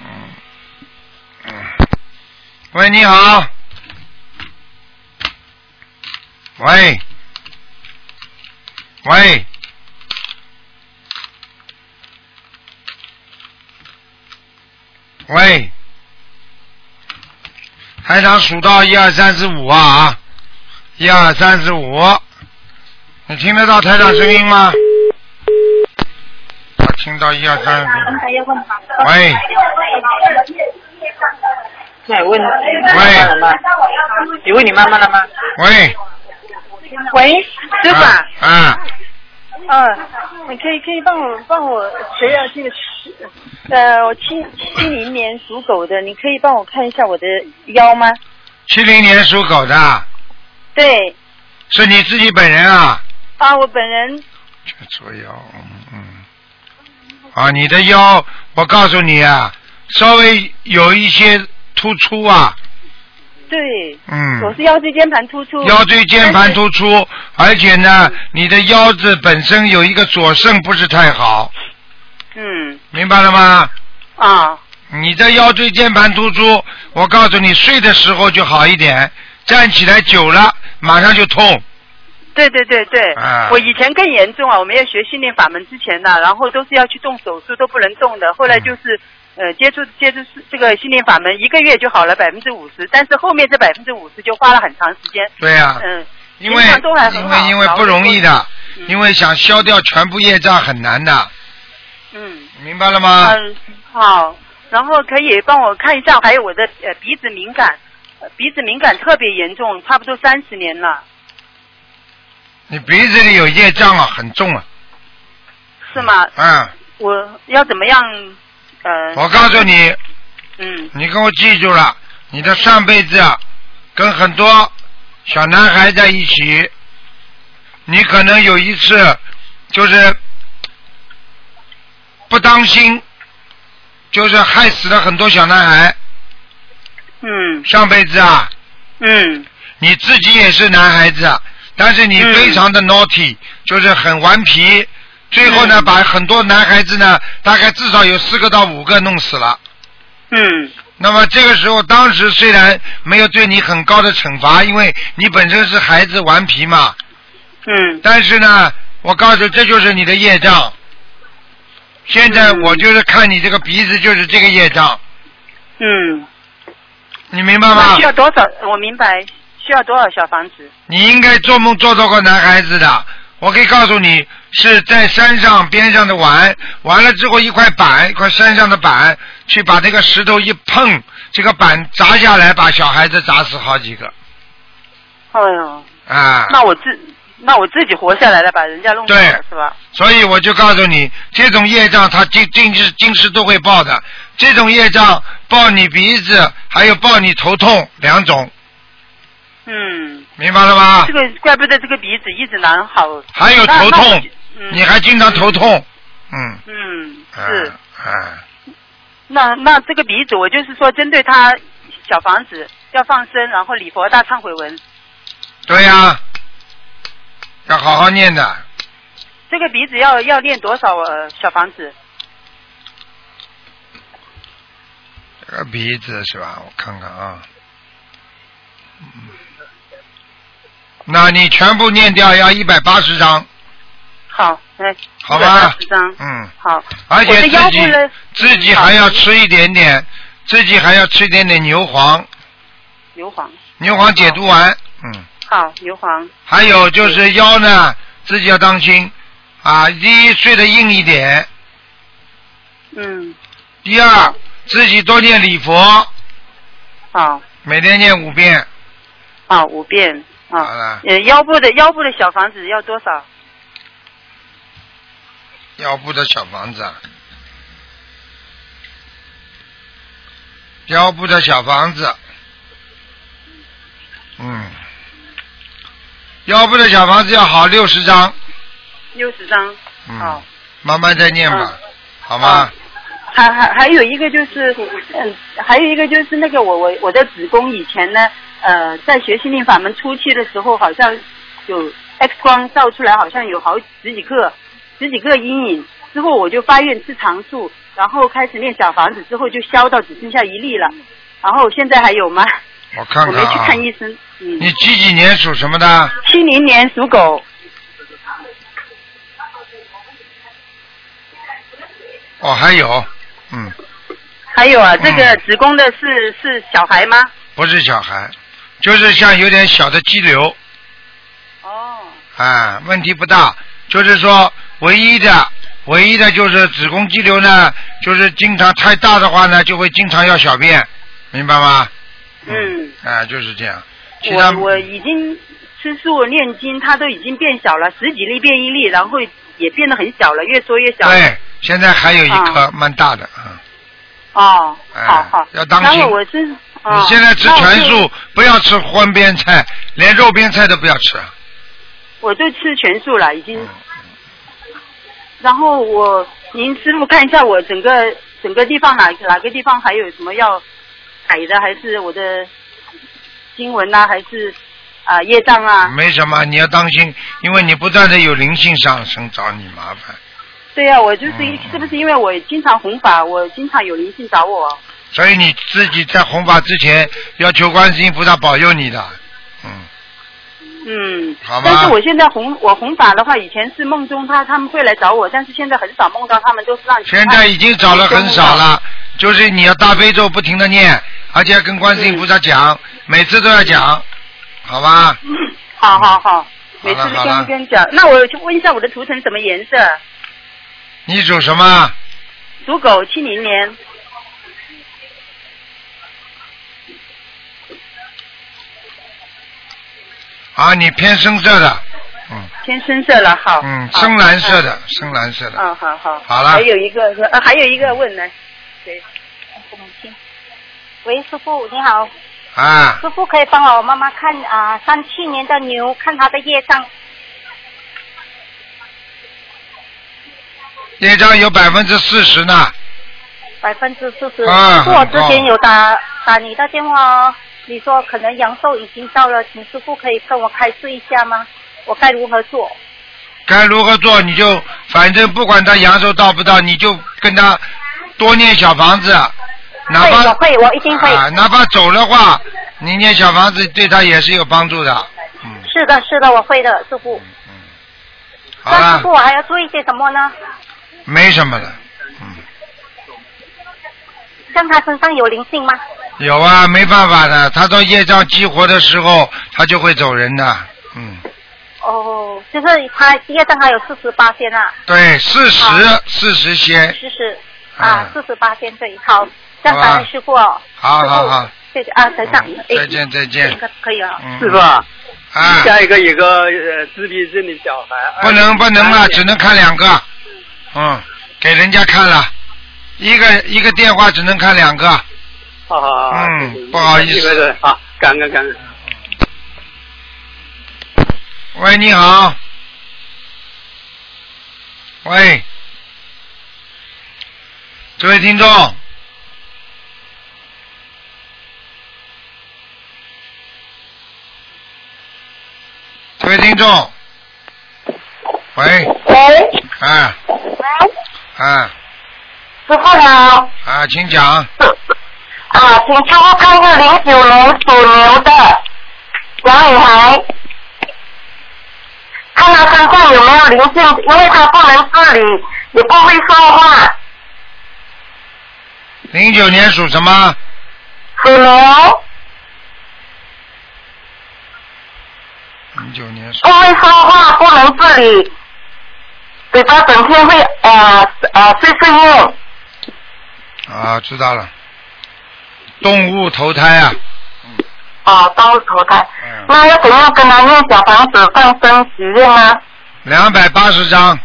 A: 嗯嗯，喂，你好。喂，喂，喂，台长数到一二三四五啊。一二三四五，你听得到台长声音吗？我听到一二三四。喂，
H: 那我问你妈妈了
A: 喂，
H: 吗？你问你妈妈了吗？
A: 喂，
H: 喂，师傅啊，
A: 啊啊，
H: 嗯、你可以可以帮我帮我谁啊？这个是呃，我七七零年属狗的，你可以帮我看一下我的腰吗？
A: 七零年属狗的，
H: 对，
A: 是你自己本人啊？
H: 啊，我本人
A: 这左腰，嗯嗯，啊，你的腰，我告诉你啊，稍微有一些突出啊，
H: 对，
A: 嗯
H: 我是腰椎间盘突出。
A: 腰椎间盘
H: 但是。
A: 突出，而且呢，你的腰子本身有一个左肾不是太好，
H: 嗯
A: 明白了吗？
H: 啊，
A: 你的腰椎间盘突出，我告诉你，睡的时候就好一点，站起来久了马上就痛。
H: 对对对对，
A: 啊
H: 我以前更严重啊，我们要学心灵法门之前呢、然后都是要去动手术，都不能动的。后来
A: 嗯
H: 就是呃接触接触这个心灵法门，一个月就好了百分之五十，但是后面这百分之五十就花了很长时间。
A: 对呀、
H: 嗯、
A: 因为
H: 平常都还
A: 因
H: 很
A: 为
H: 哎好
A: 因为不容易的，
H: 嗯
A: 因为想消掉全部业障很难的，
H: 嗯
A: 明白了吗？
H: 嗯好，然后可以帮我看一下，还有我的呃鼻子敏感、呃鼻子敏感特别严重，差不多三十年了，
A: 你鼻子里有业障啊，很重啊，
H: 是吗？
A: 嗯，
H: 我要怎么样？呃，
A: 我告诉你，
H: 嗯
A: 你给我记住了，你的上辈子啊，跟很多小男孩在一起，你可能有一次就是不当心，就是害死了很多小男孩。
H: 嗯
A: 上辈子啊，
H: 嗯
A: 你自己也是男孩子，啊但是你
H: 嗯
A: 非常的 naughty，、就是很顽皮。最后呢，
H: 嗯
A: 把很多男孩子呢，大概至少有四个到五个弄死了。
H: 嗯
A: 那么这个时候，当时虽然没有对你很高的惩罚，因为你本身是孩子顽皮嘛，
H: 嗯
A: 但是呢，我告诉你这就是你的业障。现在
H: 嗯
A: 我就是看你这个鼻子就是这个业障，
H: 嗯，
A: 你明白
H: 那
A: 吗
H: 需？要多少？我明白，需要多少小房子？
A: 你应该做梦做到过男孩子的，我可以告诉你是在山上边上的玩，完了之后一块板一块山上的板去把这个石头一碰，这个板砸下来把小孩子砸死好几个
H: 哎呦，
A: 啊。
H: 那我自那我自己活下来了，把人家弄死
A: 对
H: 了是吧？
A: 所以我就告诉你，这种业障他今今世今世都会报的。这种业障报你鼻子，还有报你头痛两种，
H: 嗯，
A: 明白了吗
H: 这？个怪不得这个鼻子一直难好。
A: 还有
H: 那
A: 头
H: 那我
A: 痛
H: 就，嗯
A: 你还经常头痛，嗯，
H: 嗯
A: 啊
H: 是。
A: 啊，
H: 那那这个鼻子，我就是说针对他小房子要放生，然后礼佛大忏悔文。
A: 对呀、要好好念的。
H: 这个鼻子要要练多少呃小房子？
A: 这个鼻子是吧？我看看啊，嗯，那你全部念掉要一百八十张，
H: 好，哎来，
A: 好吧
H: 十张，
A: 嗯。
H: 好。
A: 而且
H: 我的腰
A: 自
H: 部
A: 己
H: 呢
A: 自己
H: 嗯好
A: 还要吃一点点，自己还要吃一点点牛黄，
H: 牛黄，
A: 牛黄解毒丸，嗯，
H: 好，牛黄，
A: 还有就是腰呢，自己要当心啊，第一睡得硬一点，
H: 嗯，
A: 第二自己多念礼佛，
H: 好，
A: 每天念五遍，
H: 好五遍，
A: 好
H: 啊
A: 了，
H: 呃，腰部的腰部的小房子要多少？
A: 腰部的小房子啊，腰部的小房子，嗯，腰部的小房子要好六十张，
H: 六十张，
A: 嗯
H: 好。，嗯
A: 慢慢再念吧，好吗？
H: 还还还有一个就是，嗯，还有一个就是那个我我我的子宫以前呢，呃，在学心灵法门初期的时候，好像有 X 光照出来，好像有好十几个十几个阴影。之后我就发愿吃长素，然后开始练小房子，之后就消到只剩下一粒了。然后现在还有吗？
A: 我看
H: 我没
A: 看
H: 去
A: 啊，
H: 看医生。嗯，
A: 你几几年属什么的？
H: 七零年属狗。
A: 哦，还有，嗯，
H: 还有啊，这个
A: 嗯
H: 子宫的是、是小孩吗？
A: 不是小孩，就是像有点小的肌瘤，
H: 哦，
A: 啊，问题不大，就是说唯一的。唯一的就是子宫肌瘤呢，就是经常太大的话呢，就会经常要小便，明白吗？
H: 嗯
A: 啊，就是这样。其他
H: 我我已经吃素念经，它都已经变小了，十几粒变一粒，然后也变得很小了，越缩越小。
A: 对，现在还有一颗、
H: 啊
A: 蛮大的啊。
H: 哦，
A: 哎
H: 好好，
A: 要当心
H: 然后我是，哦、
A: 你现在吃全
H: 那我
A: 素
H: 就，，
A: 不要吃荤边菜，连肉边菜都不要吃。
H: 我就吃全素了，已经。
A: 嗯
H: 然后我，您师傅看一下我整个整个地方哪哪个地方还有什么要改的，还是我的经文呐、还是啊、业障啊？
A: 没什么，你要当心，因为你不断的有灵性上升找你麻烦，
H: 对呀、我就是
A: 嗯
H: 因是不是因为我经常弘法，我经常有灵性找我。
A: 所以你自己在弘法之前要求观世音菩萨保佑你的，嗯，
H: 嗯，
A: 好吗
H: 但是我现在弘我弘法的话，以前是梦中他他们会来找我，但是现在很少梦到他们，都是让其他
A: 现在已经找了很少了，
H: 啊
A: 就是你要大悲咒不停的念，而且要跟观世音菩萨
H: 嗯
A: 讲，每次都要讲，好吧？
H: 好好好，
A: 好
H: 每次
A: 了
H: 都
A: 好了
H: 跟跟讲。那我就问一下我的图腾什么颜色？
A: 你属什么？
H: 属狗，七零年。
A: 啊，你偏深色的，
H: 偏深色了，好。
A: 嗯，
H: 好
A: 深蓝色。
H: 啊
A: 的，深蓝色的。
H: 嗯，好好。
A: 好了
H: 还有一个，呃，还有一个问呢，对，
I: 我们听。喂，师傅你好，
A: 啊，
I: 师傅可以帮我妈妈看啊，三、7七年的牛，看她的业障。
A: 业障有百分之四十呢，
I: 百分之四十。
A: 啊
I: 师傅，我
A: 很
I: 之
A: 高
I: 前有打打你的电话哦，你说可能阳寿已经到了，请师傅可以跟我开示一下吗？我该如何做？
A: 该如何做你就，反正不管他阳寿到不到，你就跟他多念小房子，啊哪怕
I: 会我会我一定会
A: 啊，哪怕走的话，你念小房子对他也是有帮助的。嗯
I: 是的，是的，我会的，师傅。
A: 嗯好啊
I: 那师
A: 了
I: 傅，，我还要注意些什么呢？
A: 没什么的，
I: 像他身上有灵性吗？
A: 有啊，没办法的，他到业障激活的时候，他就会走人的。嗯，
I: 哦，就是他业障还有四十八天啊，
A: 对，四十
I: 好
A: 四十先，
I: 四十
A: 啊
I: 啊，四十八天对，好，这样
A: 好吧
I: 感恩师傅哦，
A: 好好好，
I: 谢谢啊，等一下，哎
A: 再见再见嗯
I: 这。个可以啊，
J: 师傅啊，
A: 啊，
J: 下一个有个呃自闭症的小孩，哎
A: 不能不能了，
J: 20
A: 只能看两个。嗯，给人家看了，一个一个电话只能看两个。
J: 好好好，
A: 嗯，不好意
J: 一个
A: 思。
J: 人好，感恩感恩。
A: 喂，你好。喂，这位听众。这位听众，喂，
K: 喂，
A: 啊啊
K: 师傅好
A: 啊，请讲，
K: 啊，请师傅看看零九年属牛的小女孩，看她身上有没有灵性，因为她不能自理，也不会说话。
A: 零九年属什么？
K: 属牛，
A: 零九年属
K: 不会说话，不能自理，嘴巴整天会呃呃碎碎念。
A: 啊，知道了，动物投胎啊，
K: 哦，都投胎，那要怎样跟她念小房子放生许愿呢？
A: 两百八十张，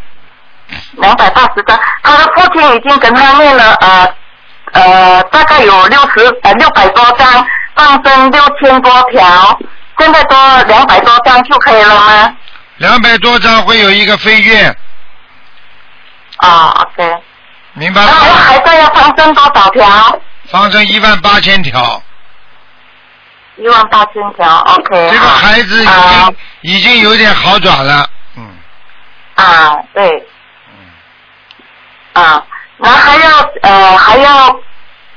K: 两百八十张，他的父亲已经跟他念了呃呃大概有六十呃六百多张，放生六千多条，现在都两百多张就可以了吗？
A: 两百多张会有一个飞跃，
K: 啊、o k
A: 明白
K: 那我
A: 吗？
K: 还在要放生多少条？
A: 放生一万八千条，
K: 一万八千条，OK。
A: 这个孩子已经、
K: 啊
A: 已经有点好转了，
K: 啊，对。啊，那还要呃还要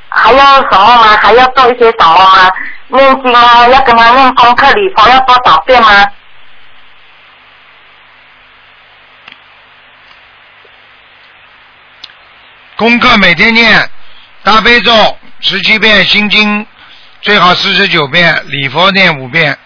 K: 还要什么吗？还要做一些什么吗？念经啊，要跟他念功课礼佛要多少遍吗？
A: 功课每天念，大悲咒十七遍，心经最好四十九遍，礼佛念五遍，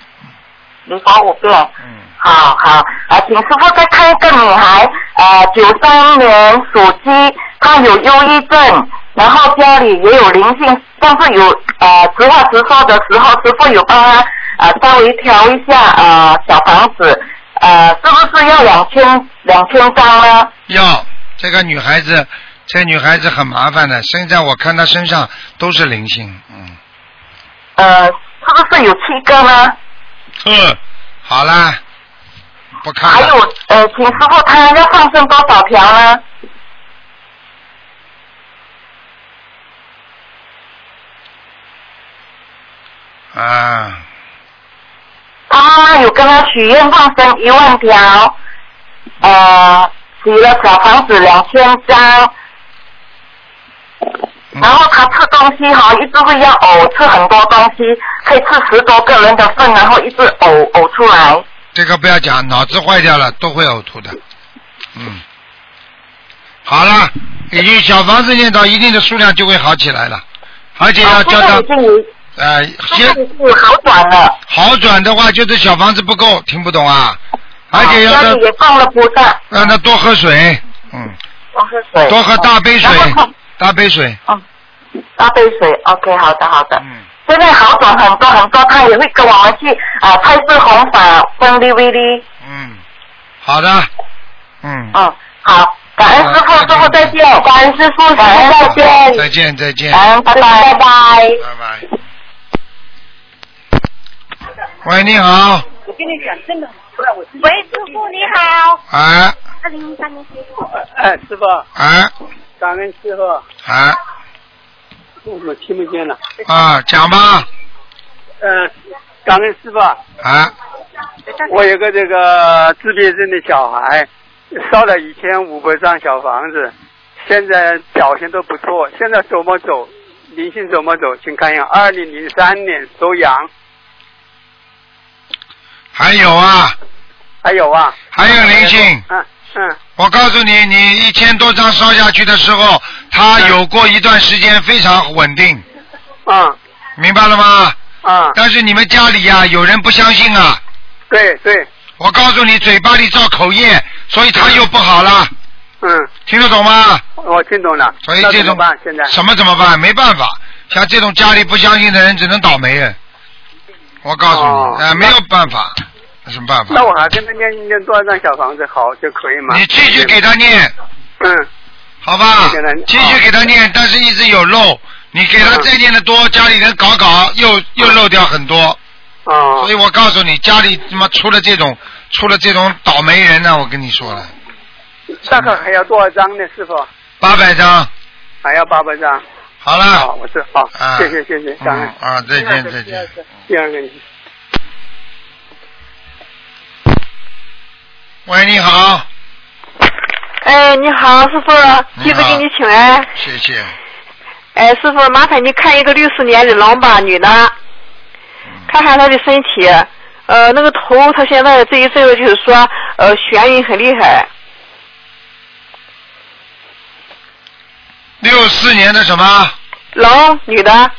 K: 礼佛五遍。嗯。好好，啊，请师傅再看一个女孩，呃，九三年属鸡，她有忧郁症，然后家里也有灵性，但是有呃实话实说的时候，师傅有帮她呃稍微调一下呃小房子，呃，是不是要两千两千张呢？
A: 要这个女孩子，这女孩子很麻烦的，现在我看她身上都是灵性，嗯，
K: 呃，是不是有七个呢？
A: 呵，好啦，不看
K: 还
A: 了，
K: 有呃，请师傅她要放生多少条呢？
A: 啊，
K: 啊许愿放生一万条，呃，许了小房子两千张。
A: 嗯
K: 然后他吃东西哈，一直会要呕，吃很多东西，可以吃十多个人的份，然后一直呕呕出来。
A: 这个不要讲，脑子坏掉了都会呕吐的。嗯，好了，已经小房子念到一定的数量就会好起来了，而且要叫他
K: 啊现在已经有
A: 呃先
K: 好转了。
A: 好转的话，就是小房子不够，听不懂啊？而且要
K: 家
A: 他
K: 里也放了菩萨，
A: 让他多喝水，
K: 多喝水，
A: 多喝大杯水
K: 然后他，
A: 大杯水。
K: 大杯水，OK，好的好的。嗯。现在好转很多很多，他也会跟我们去啊、呃、拍摄红法分利威利。
A: 好的，嗯，
K: 嗯，好，感恩师傅，师傅再见，感恩师傅，感恩再见，
A: 再见再见。
K: 感恩拜拜拜拜。
A: 拜拜。喂，你好，
L: 我跟你讲，真的，喂，
F: 哎
L: 师傅你好。
A: 哎
L: 二零一三年结束。
J: 哎，师傅，
A: 哎
J: 感恩师傅，
A: 哎
J: 我听不见了。
A: 啊，讲吧，
J: 呃，感恩师傅，
A: 啊
J: 我有个这个自闭症的小孩，烧了一千五百张小房子，现在表现都不错。现在怎么走？灵性怎么走？请看一下，二零零三年属羊，
A: 还有啊，
J: 还有啊，
A: 还有灵性。
J: 嗯嗯，
A: 我告诉你，你一千多张烧下去的时候，它有过一段时间非常稳定。
J: 嗯。
A: 明白了吗？
J: 嗯。
A: 但是你们家里呀、有人不相信啊。
J: 对对。
A: 我告诉你，嘴巴里造口业，所以它又不好了。
J: 嗯。
A: 听得懂吗？
J: 我听懂了。
A: 所以
J: 那
A: 这
J: 怎么
A: 种
J: 办？现在
A: 什么怎么办？没办法，像这种家里不相信的人，只能倒霉了。我告诉你，
J: 哦
A: 哎、没有办法，有什么办法？
J: 那我还跟他念念多少张小房子好就可以吗？
A: 你继续给他念。
J: 嗯。
A: 好吧
J: 继续给他念，
A: 继续给他念，但是一直有漏。你给他再念的多，家里人搞搞，又又漏掉很多。
J: 哦。
A: 所以我告诉你，家里他妈出了这种出了这种倒霉人呢、我跟你说了，
J: 大概还要多少张呢，师傅？
A: 八百张，
J: 还要哎八百张。
A: 好了。
J: 好，哦我知好
A: 啊，
J: 谢谢谢谢，感恩
A: 嗯。啊，再见再见。
J: 第二个你，
A: 喂，你好，
M: 哎，你好，师傅，弟子给你请安。
A: 谢谢。
M: 哎，师傅，麻烦你看一个六四年的狼吧，女的，
H: 嗯
M: 看看她的身体。呃，那个头，她现在这一阵子就是说，呃，眩晕很厉害。
A: 六四年的什么？
M: 狼，女的，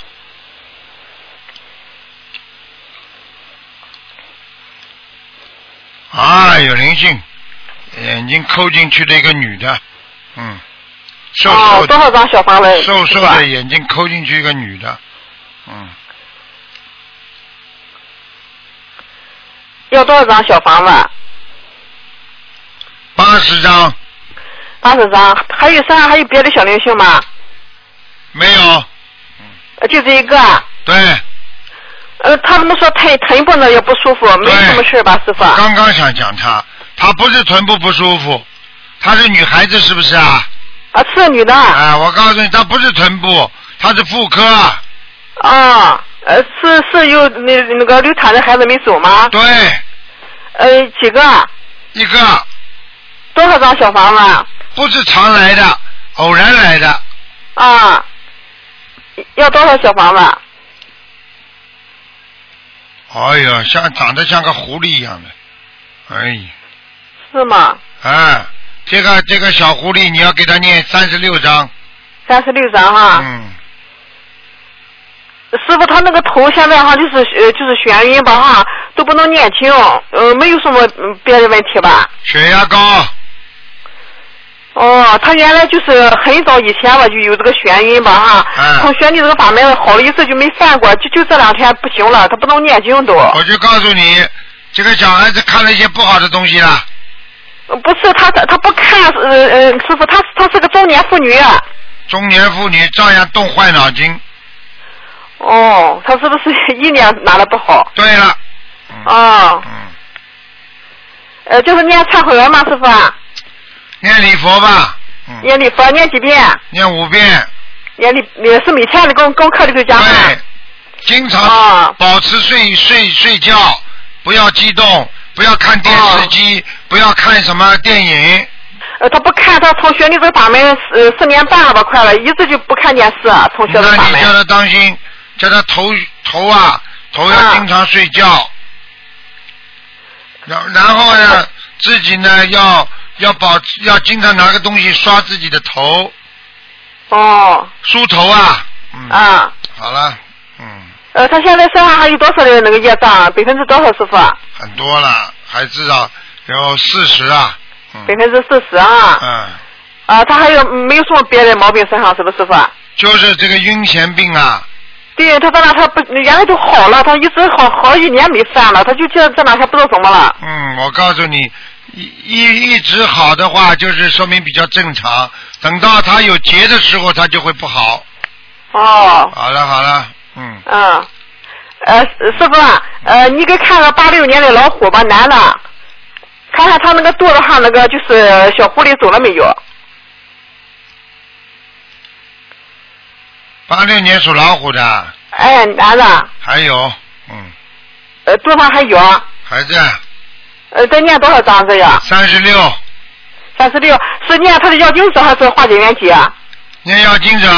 A: 啊，有灵性，眼睛抠进去的一个女的，嗯，瘦瘦
M: 哦，
A: 的，
M: 多少张小方位？
A: 瘦瘦
M: 是吧
A: 的，眼睛抠进去一个女的，嗯，
M: 要多少张小房子？
A: 八十张
M: 八十张。还有身上还有别的小灵性吗？
A: 没有，
M: 呃就这一个啊。
A: 对，
M: 呃，他们说腿臀部呢也不舒服，没什么事儿吧，师傅？
A: 刚刚想讲她，她不是臀部不舒服，她是女孩子是不是啊？
M: 啊，是女的。
A: 啊，我告诉你，她不是臀部，她是妇科。
M: 啊，呃，是是有那那个流产的孩子没走吗？
A: 对。
M: 呃，几个？
A: 一个。
M: 多少张小房子？
A: 不是常来的，偶然来的，
M: 啊，要多少小房子？
A: 哎呀，像长得像个狐狸一样的，哎呀。
M: 是吗？
A: 啊，这个这个小狐狸，你要给他念三十六章。
M: 三十六张哈。
A: 嗯。
M: 师傅，他那个头现在哈就是呃就是眩晕吧哈，都不能念经，呃，没有什么嗯别的问题吧？
A: 血压高，
M: 哦，他原来就是很早以前吧就有这个眩晕吧哈，从学你这个法门好了一次就没犯过，就就这两天不行了，他不能念经都。
A: 我就告诉你，这个小孩子看了一些不好的东西了。
M: 呃不是他他他不看呃呃师傅，他他是个中年妇女。啊
A: 中年妇女照样动坏脑筋。
M: 哦，他是不是一年拿的不好？
A: 对了。
M: 哦。呃，就是念忏悔文嘛，师傅啊，
A: 念礼佛吧，
M: 念礼佛念几遍，
A: 念五遍，
M: 念礼你是每天的功功课里头加吗？
A: 经常保持睡睡睡觉，不要激动，不要看电视机，不要看什么电影。
M: 呃，他不看，他从学历规法门呃四年半了吧，快了，一直就不看电视，从学历
A: 那
M: 法
A: 你叫
M: 门。
A: 他当心，叫他头头啊，头要经常睡觉。然、然后
M: 啊
A: 呢，自己呢要要保要经常拿个东西刷自己的头。
M: 哦。
A: 梳头啊。嗯。
M: 啊。
A: 好了，
M: 呃，他现在身上还有多少的那个业障啊？百分之多少，师傅？
A: 很多了，还至少有四十啊。
M: 百分之四十啊。
A: 嗯。
M: 啊，他还有没有什么别的毛病身上是不是，师傅？啊
A: 就是这个晕眩病啊，
M: 对他在那，他不原来都好了，他一直好好几年没犯了，他就现在在那，他不知道怎么了。
A: 嗯，我告诉你，一一一直好的话，就是说明比较正常。等到他有劫的时候，他就会不好。
M: 哦，
A: 好了好了，嗯，
M: 嗯，呃，师傅啊，呃，你给看个八六年的老虎吧，男的，看看他那个肚子上那个就是小狐狸走了没有？
A: 八六年属老虎的，
M: 哎，男的，
A: 还有
M: 呃，肚子上还有，
A: 还在
M: 呃，再念多少章这呀？
A: 三十六，
M: 三十六，是念他的药经者还是化解元节？
A: 念药经者，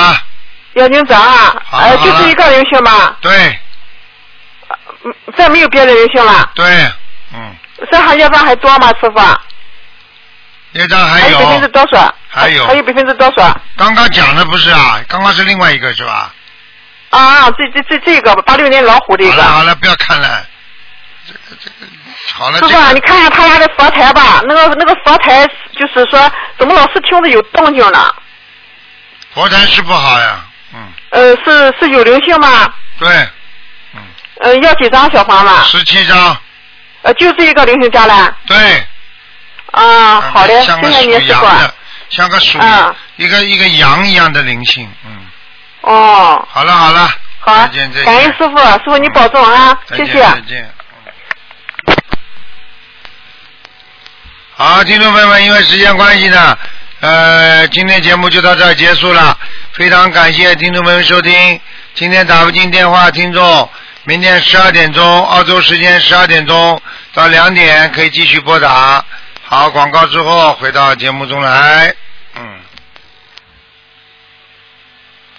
M: 药经者啊，
A: 好
M: 呃，
A: 好
M: 就是一个人性嘛，
A: 对
M: 嗯再没有别的人性了。
A: 对，
M: 身上业障还多吗，师傅？
A: 业障还
M: 有百分之
A: 有
M: 多少？
A: 还有
M: 还有百分之多少？
A: 刚刚讲的不是啊，刚刚是另外一个是吧？
M: 啊，这这这这个八六年老虎的一
A: 好
M: 个
A: 了。好了，不要看了，这个这个好了，
M: 师
A: 这
M: 傅啊，你
A: 个
M: 看看他家的佛台吧，那个那个佛台就是说，怎么老是听着有动静呢？
A: 佛台是不好呀，
M: 呃，是是有灵性吗？
A: 对，
M: 呃，要几张小房子？
A: 十七张，
M: 呃，就这一个灵性家了。
A: 对。
M: 啊，
A: 嗯
M: 好嘞，
A: 像个
M: 谢谢
A: 属
M: 您，师
A: 羊
M: 傅。
A: 的，像个属、
M: 嗯
A: 一个一个羊一样的灵性，嗯，
M: 哦，
A: 好了好了，
M: 好啊，
A: 再见再
M: 感恩
A: 见
M: 师，傅，师傅你保重啊，
A: 再
M: 谢
A: 见
M: 谢。
A: 再见。好，听众朋友们，因为时间关系呢，呃，今天节目就到这儿结束了。非常感谢听众朋友们收听。今天打不进电话，听众，明天十二点钟，澳洲时间十二点钟到两点可以继续拨打。好，广告之后回到节目中来。